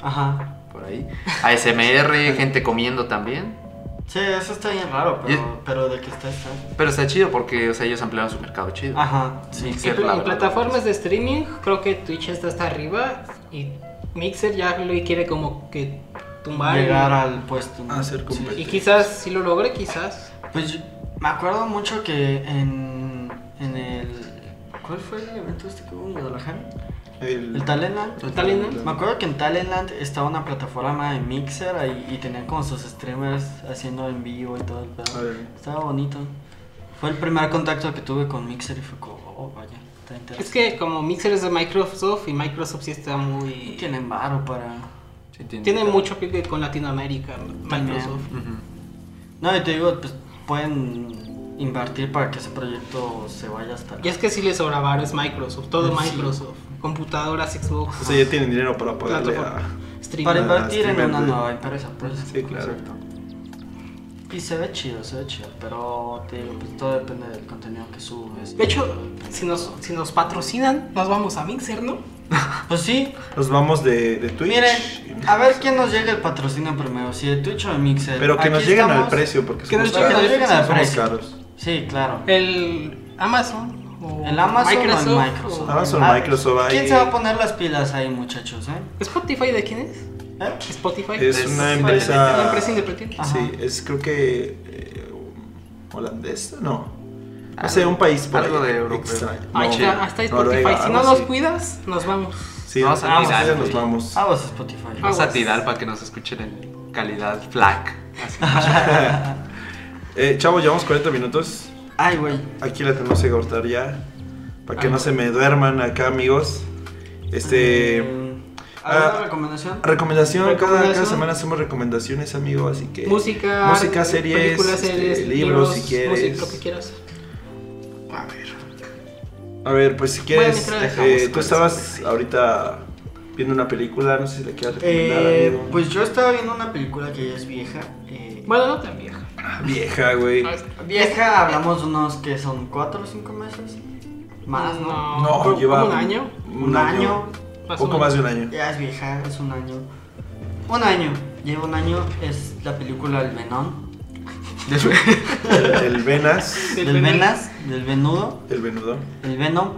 C: Ajá.
D: por ahí. ASMR, gente comiendo también.
C: Sí, eso está bien raro, pero,
D: Y-
C: pero de que está, está.
D: Pero está chido porque, o sea, ellos ampliaron su mercado chido.
C: Ajá, sí.
D: Mixer,
B: en
D: la
B: en
D: verdad,
B: plataformas de streaming, creo que Twitch está hasta arriba y Mixer ya lo quiere como que tumbar. y-
C: Llegar al puesto. ¿no?
A: Hacer competencia.
B: Y quizás si lo logre, quizás.
C: Pues yo- me acuerdo mucho que en, en el... ¿Cuál fue el evento este que hubo en Guadalajara?
A: El-
C: El Talena.
B: Talentland.
C: Me acuerdo que en Talentland estaba una plataforma de Mixer ahí, y tenían como sus streamers haciendo en vivo y todo el
A: A
C: pedo.
A: ver.
C: Estaba bonito. Fue el primer contacto que tuve con Mixer y fue como, oh, vaya, está
B: Es
C: interesante.
B: que como Mixer es de Microsoft y Microsoft sí está muy...
C: Tienen varo para...
D: Sí, tiene-
B: Tiene mucho pique con Latinoamérica, Microsoft.
D: Ujú.
C: No, y te digo, pues pueden invertir para que ese proyecto se vaya hasta...
B: Y es que sí les sobra varo, es Microsoft, todo
C: Sí.
B: Microsoft. Computadoras,
A: O
B: Xbox,
A: sea, ya tienen dinero para pagarle
B: Plataforma.
A: a.
C: Para
B: streaming.
A: Vale.
C: invertir en una
A: streamer de-
C: nueva empresa, pues.
A: Sí, claro.
C: Y se ve chido, se ve chido, pero te digo, pues todo depende del contenido que subes.
B: De hecho, si nos, si nos patrocinan, nos vamos a Mixer, ¿no?
C: pues sí,
A: Nos vamos de, de Twitch.
C: miren, a ver quién nos llega el patrocinio primero, si de Twitch o de Mixer.
A: Pero que
C: Aquí
A: nos lleguen al
C: estamos-
A: precio, porque
B: Que nos
A: somos
B: lleguen-
A: caros.
B: que nos
C: lleguen al
A: Somos
C: precio.
A: caros.
C: Sí, claro.
B: El Amazon. o
C: El Amazon o el Microsoft.
B: o-
A: Amazon,
C: Ah,
A: Microsoft, ahí-
C: ¿Quién se va a poner las pilas ahí, muchachos, eh?
B: ¿Spotify de quién es?
C: ¿Eh?
B: Spotify. Pues,
A: Es
D: Es
A: una
B: Es
A: empresa.
B: una empresa independiente.
C: Ajá.
A: Sí, es creo que. eh, holandés, no. No
B: Ah,
D: Algo-
A: sé, un país por
D: algo
A: ahí
D: de europeo.
A: extraño.
B: Ahí
A: No,
B: está, Ah, hasta Spotify.
A: Noruega,
B: si
A: algo
B: no nos
A: así.
B: cuidas, nos vamos.
A: Sí,
D: Vamos
A: nos
D: a
A: vamos.
D: tirar,
A: ya nos
D: güey.
A: vamos.
C: Ah, vos Spotify.
B: Ah,
D: Vamos a
B: Aguas.
D: tirar para que nos escuchen en calidad flac.
A: Eh, chavo, llevamos 40 minutos.
C: Ay, güey.
A: Aquí la tenemos que cortar ya. Para que no se me duerman acá, amigos. Este.
C: Mm, ¿Alguna
A: ah,
C: recomendación?
A: Recomendación, cada- Cada,
B: Recomendación.
A: semana hacemos recomendaciones, amigo, así que...
B: Música,
A: música series,
B: películas,
A: este,
B: series,
A: libros, si quieres.
B: música, lo que quieras.
D: A ver.
A: A ver, pues si
B: Bueno,
A: quieres,
B: mientras
A: eh,
D: dejamos
A: tú
D: con
A: estabas ahorita viendo una película, no sé si la quieras recomendar,
C: Eh,
A: amigo.
C: pues yo estaba viendo una película que ya es vieja. eh,
B: Bueno, no tan vieja.
A: Ah, Vieja, güey.
B: Ah,
C: Vieja, hablamos unos que son 4 o 5 meses. Más, ¿no?
A: No,
B: ¿Cómo-
A: lleva.
B: cómo un año?
A: Mm, Un,
C: Un
A: año.
C: año.
B: Más o
A: Poco
B: menos.
A: más de un año.
C: Ya es vieja, es un año. Un año. Lleva un año, es la película El Venón.
A: El Venas,
B: Del
C: del
B: Venom.
C: Venas, del Venudo,
A: el Venudo.
C: el Venom.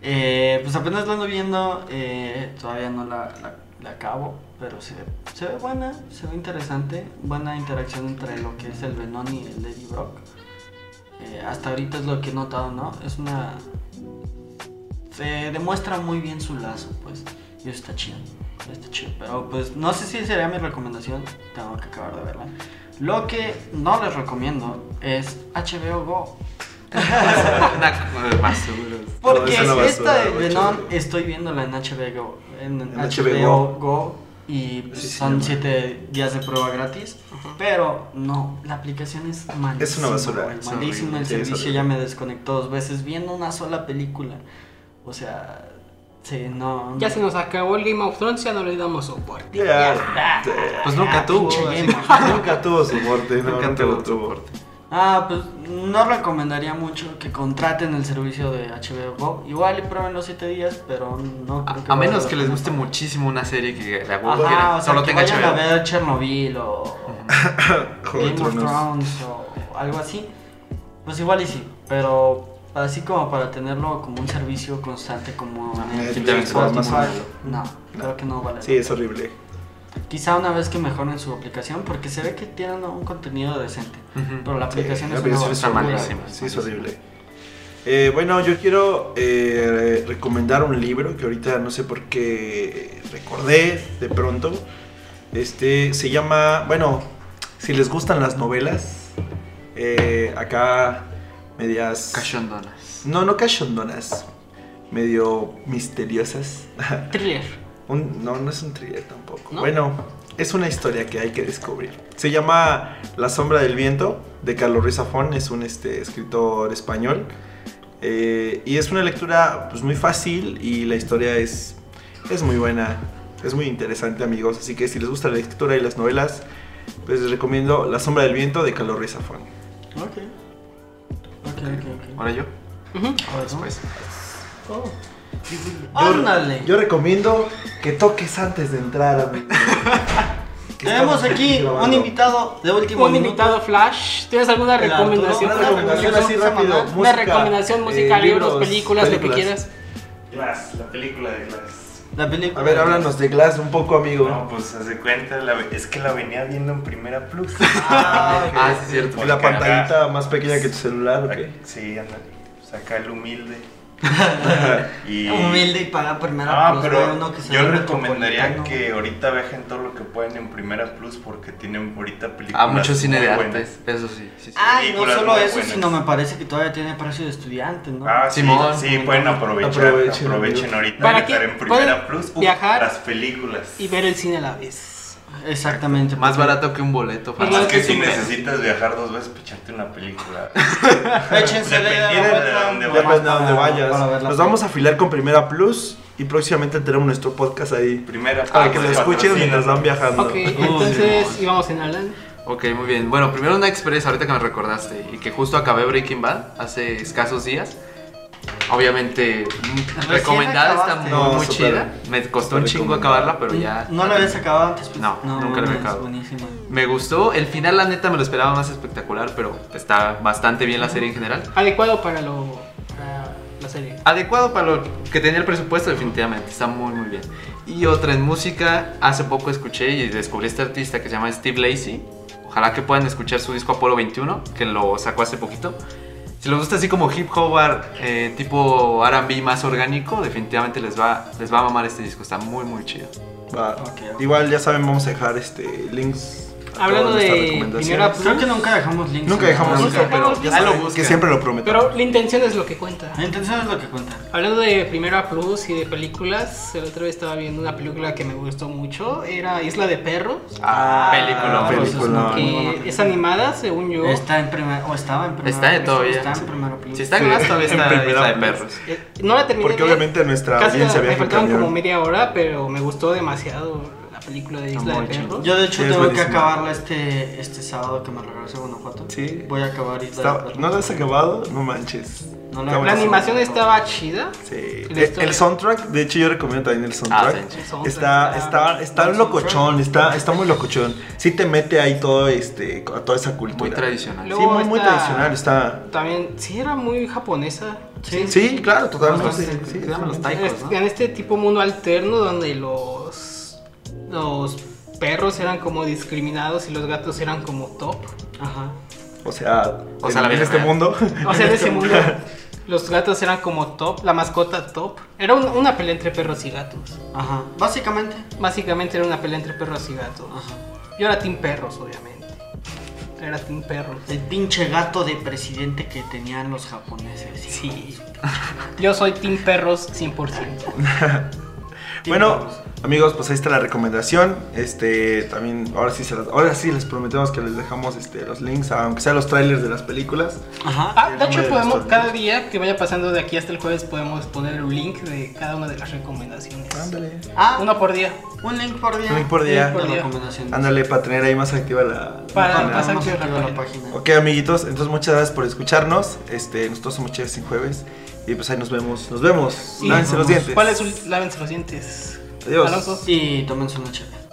C: Eh, pues apenas la ando viendo, eh, todavía no la, la, la acabo, pero se, se ve buena, se ve interesante. Buena interacción entre lo que es el Venom y el Lady Brock. Eh, hasta ahorita es lo que he notado, ¿no? Es una. Se demuestra muy bien su lazo, pues. Y eso está chido. Está chido. Pero pues no sé si sería mi recomendación. Tengo que acabar de verla. Lo que no les recomiendo es HBO Go.
D: Una- más seguro.
C: Porque
A: No, esa no va a
C: esta de
A: sonar,
C: Venom
A: HBO.
C: estoy viéndola en HBO Go. En,
A: En
C: HBO, Go. Y pues,
A: Sí, sí,
C: son
A: sí,
C: 7 días de prueba gratis. Pero no, la aplicación es malísima.
A: Es una basura,
C: güey,
A: es
C: Malísima
A: horrible,
C: el
A: sí, es
C: servicio. Ya me desconectó dos veces viendo una sola película. O sea, sí, no.
B: Ya se nos acabó el Game of Thrones, ya no le damos soporte.
A: Ya,
D: Pues nunca tuvo.
C: ah, pinche Game.
D: así que-
A: Nunca tuvo soporte, no,
D: Nunca
A: nunca,
D: tuvo
A: lo tuvo.
C: Ah, pues no recomendaría mucho que contraten el servicio de HBO Go. Igual y prueben los 7 días, pero no. creo
D: A, a
C: valga
D: menos
C: la
D: que les
C: pena.
D: guste muchísimo una serie que la huevo
C: Ajá,
D: quieran,
C: o sea,
D: solo
C: que
D: tenga
C: vayan
D: HBO.
C: a ver Chernobyl o
A: Juego de
C: Game of
A: Tronos.
C: Thrones o algo así. Pues igual y sí, pero así como para tenerlo como un servicio constante como
A: Netflix,
C: Netflix o
A: Amazon.
C: Spotify, No, creo que no vale.
A: Sí, es horrible.
C: Quizá una vez que mejoren su aplicación porque se ve que tienen un contenido decente,
D: Ujú.
C: pero la
A: Sí,
C: aplicación
A: la
C: es una
A: aplicación
D: está
C: basura.
D: malísima.
A: Sí, es horrible. Eh, bueno, yo quiero eh, recomendar un libro que ahorita no sé por qué recordé de pronto. Este se llama, bueno, si les gustan las novelas, eh, acá medias.
D: Cachondonas.
A: No, no cachondonas, medio misteriosas.
B: Thriller.
A: Un- no, no es un thriller tampoco.
B: ¿No?
A: Bueno, es una historia que hay que descubrir. Se llama La sombra del viento de Carlos Ruiz Zafón, es un este, escritor español. Eh, y es una lectura pues, muy fácil y la historia es, es muy buena, es muy interesante amigos. Así que si les gusta la escritura y las novelas, pues les recomiendo La sombra del viento de Carlos Ruiz Zafón.
C: Ok. Ok, ok, ok.
D: Ahora yo,
B: Ujú.
C: A ver, ¿no?
D: después.
C: Oh.
A: Yo,
C: Ándale.
A: yo recomiendo que toques antes de entrar, amigo. Que
C: Tenemos
A: estamos
C: aquí un
A: grabando.
C: invitado de último
B: Un
C: minuto.
B: invitado Flash. ¿Tienes alguna
C: El Arturo,
B: recomendación?
A: Una recomendación así rápido.
C: Una
A: música,
B: recomendación, música,
A: eh,
B: libros, películas, lo que quieras.
E: Glass, la película de Glass.
C: La película.
A: A ver, háblanos de Glass un poco, amigo.
E: No, pues haz de cuenta, la ve- es que la venía viendo en primera plus.
A: Ah, ok.
D: Ah, sí, es cierto.
A: Y la
E: Porque
A: pantallita
E: acá-
A: más pequeña que tu celular,
E: Ac-
A: Ah, ok.
E: Sí, ándale. Saca el humilde. Y...
C: Ah, Humilde y paga primera.
E: Ah,
C: plus, güey,
E: pero
C: uno que se
E: yo
C: ve
E: recomendaría
C: metropolitano.
E: que ahorita vejen todo lo que pueden en Primera Plus porque tienen ahorita películas.
D: Ah, mucho cine
E: muy
D: de
E: buenas.
D: artes. Eso sí. sí, sí.
C: Ah, y no
E: películas
C: solo
E: muy
C: eso,
E: buenas.
C: sino me parece que todavía tiene precio de estudiante, ¿no?
E: Ah, sí,
D: Simón.
E: sí, pueden aprovechar,
A: Aprovechen,
E: aprovechen, ahorita
B: ¿Para
E: y estar
B: qué?
E: en Primera
B: Pueden
E: Plus. Uf,
B: viajar
E: las películas.
B: Y ver el cine a la vez.
C: Exactamente.
D: Más barato que un boleto.
E: Además
B: Igual
D: fácil.
E: que
B: que
E: si
B: sí, pero-
E: necesitas viajar dos veces, picharte una película.
C: Échense la pues, idea
E: Dependiendo de dónde vayas.
A: Depende de dónde
C: Para ver
A: pues, vayas.
C: la
A: Nos
C: peli.
A: vamos a afilar con Primera Plus y próximamente tenemos nuestro podcast ahí.
E: Primera
A: Para
E: Plus,
A: que lo escuchen
E: patrocina.
A: mientras van viajando.
B: Ok, entonces íbamos en Alan.
D: Ok, muy bien. Bueno, primero una experiencia ahorita que me recordaste y que justo acabé Breaking Bad hace escasos días. Obviamente mm, recomendada, está
C: acabaste.
D: muy,
A: No,
D: muy
A: súper,
D: chida. Me costó un
A: súper
D: chingo
A: recomendada.
D: acabarla, pero ya.
C: ¿No la habías acabado antes? pues?
D: No, nunca la había
C: es
D: acabado.
C: Buenísima.
D: Me gustó. El final, la neta, me lo esperaba más espectacular, pero está bastante bien la serie en general.
B: Adecuado para lo para la serie.
D: Adecuado para lo que tenía el presupuesto, definitivamente. Está muy, muy bien. Y otra en música. Hace poco escuché y descubrí a este artista que se llama Steve Lacey. Ojalá que puedan escuchar su disco Apolo 21, que lo sacó hace poquito. Si les gusta así como hip hop, ar- eh, tipo RB más orgánico, definitivamente les va, les va a mamar este disco. Está muy, muy chido.
A: Va.
C: Ok, ok.
A: Igual ya saben, vamos a dejar este links. a
B: Hablando
A: todas nuestras
B: de
A: recomendaciones.
B: Primera Plus,
C: Creo que nunca dejamos links.
A: Ah, pues, Nunca dejamos
B: Nunca
A: links, pero
B: dejamos
A: ya
D: links.
A: saben
D: Ahí lo buscan.
A: que siempre lo prometemos.
B: Pero la intención es lo que cuenta.
C: La intención es lo que cuenta.
B: Hablando de Primera Plus y de películas, el otro día estaba viendo una película que me gustó mucho. Era Isla de Perros.
D: Ah, película.
A: película.
B: que
A: muy
B: es animada, según yo.
C: Está en primera. O estaba en primera.
D: Está en
C: plus,
D: todavía.
C: Está en primera. plus.
D: Si está en Glass, todavía
A: en
D: está
A: primera
D: Isla de
A: vez.
D: Perros.
B: Eh, No la terminé.
A: Porque
B: de ver.
A: obviamente nuestra
B: Casi la-
A: audiencia
B: me
A: viaja en
B: faltaban como
A: camión.
B: media hora, pero me gustó demasiado la película de
D: Está
B: Isla de
D: muy chido.
B: Perros.
C: Yo de hecho
A: Sí, es
C: tengo
A: buenísima.
C: que acabarla este, este sábado que me regreso a Guanajuato.
A: Sí.
C: Voy a acabar y
A: Está- ¿No lo has acabado? No manches.
C: No lo
A: Está
B: La
A: buenísimo.
B: animación estaba chida.
A: Sí. Eh,
B: La historia.
A: El soundtrack, de hecho yo recomiendo también el
D: Ah,
A: soundtrack.
D: sí.
B: El soundtrack
A: Está, está, está
C: buen
A: locochón, está, está muy locochón. Sí te mete ahí todo este, a toda esa cultura.
D: Muy tradicional.
A: Sí, muy, muy
B: Luego está-
A: tradicional, está.
B: También, sí, era muy japonesa.
C: Sí.
A: Sí, claro, totalmente.
D: Entonces,
A: sí,
D: se llaman los
A: totalmente.
D: taikos, ¿no?
B: En este tipo mundo alterno donde los, los perros eran como discriminados y los gatos eran como top.
C: Ajá.
A: O sea,
D: O sea, la
A: en,
D: vida
A: este
D: real.
A: mundo.
B: O sea, en ese mundo los gatos eran como top, la mascota top. Era un- una pelea entre perros y gatos.
C: Ajá. Básicamente.
B: Básicamente era una pelea entre perros y gatos.
C: Ajá.
B: Yo era team perros, obviamente. Era team perros.
C: El pinche gato de presidente que tenían los japoneses.
B: Sí. Yo soy team perros 100%.
A: Bueno, amigos, pues ahí está la recomendación. Este, también, ahora sí, se las- ahora sí les prometemos que les dejamos este, los links, aunque sea los trailers de las películas.
C: Ajá.
B: Ah, de
A: El nombre
B: hecho
A: de
B: podemos,
A: los
B: cada día que vaya pasando de aquí hasta el jueves podemos poner un link de cada una de las recomendaciones.
A: Ándale.
C: Ah,
B: Uno por día.
C: un link por día.
A: Un link por día.
C: De
B: Por día.
C: recomendaciones.
A: Ándale, para tener ahí más activa la. la
B: Para
A: página.
B: pasar
C: Vamos
B: que
C: aquí a
B: la
C: la página.
A: Ok, amiguitos, entonces muchas gracias por escucharnos. Este, nosotros somos Chéves sin Jueves. Y pues ahí nos vemos. Nos vemos.
B: Y-
A: Lávense los dientes.
B: ¿Cuál es? su- Lávense los dientes.
A: Adiós.
B: Alonso.
C: Y tómense una chévere.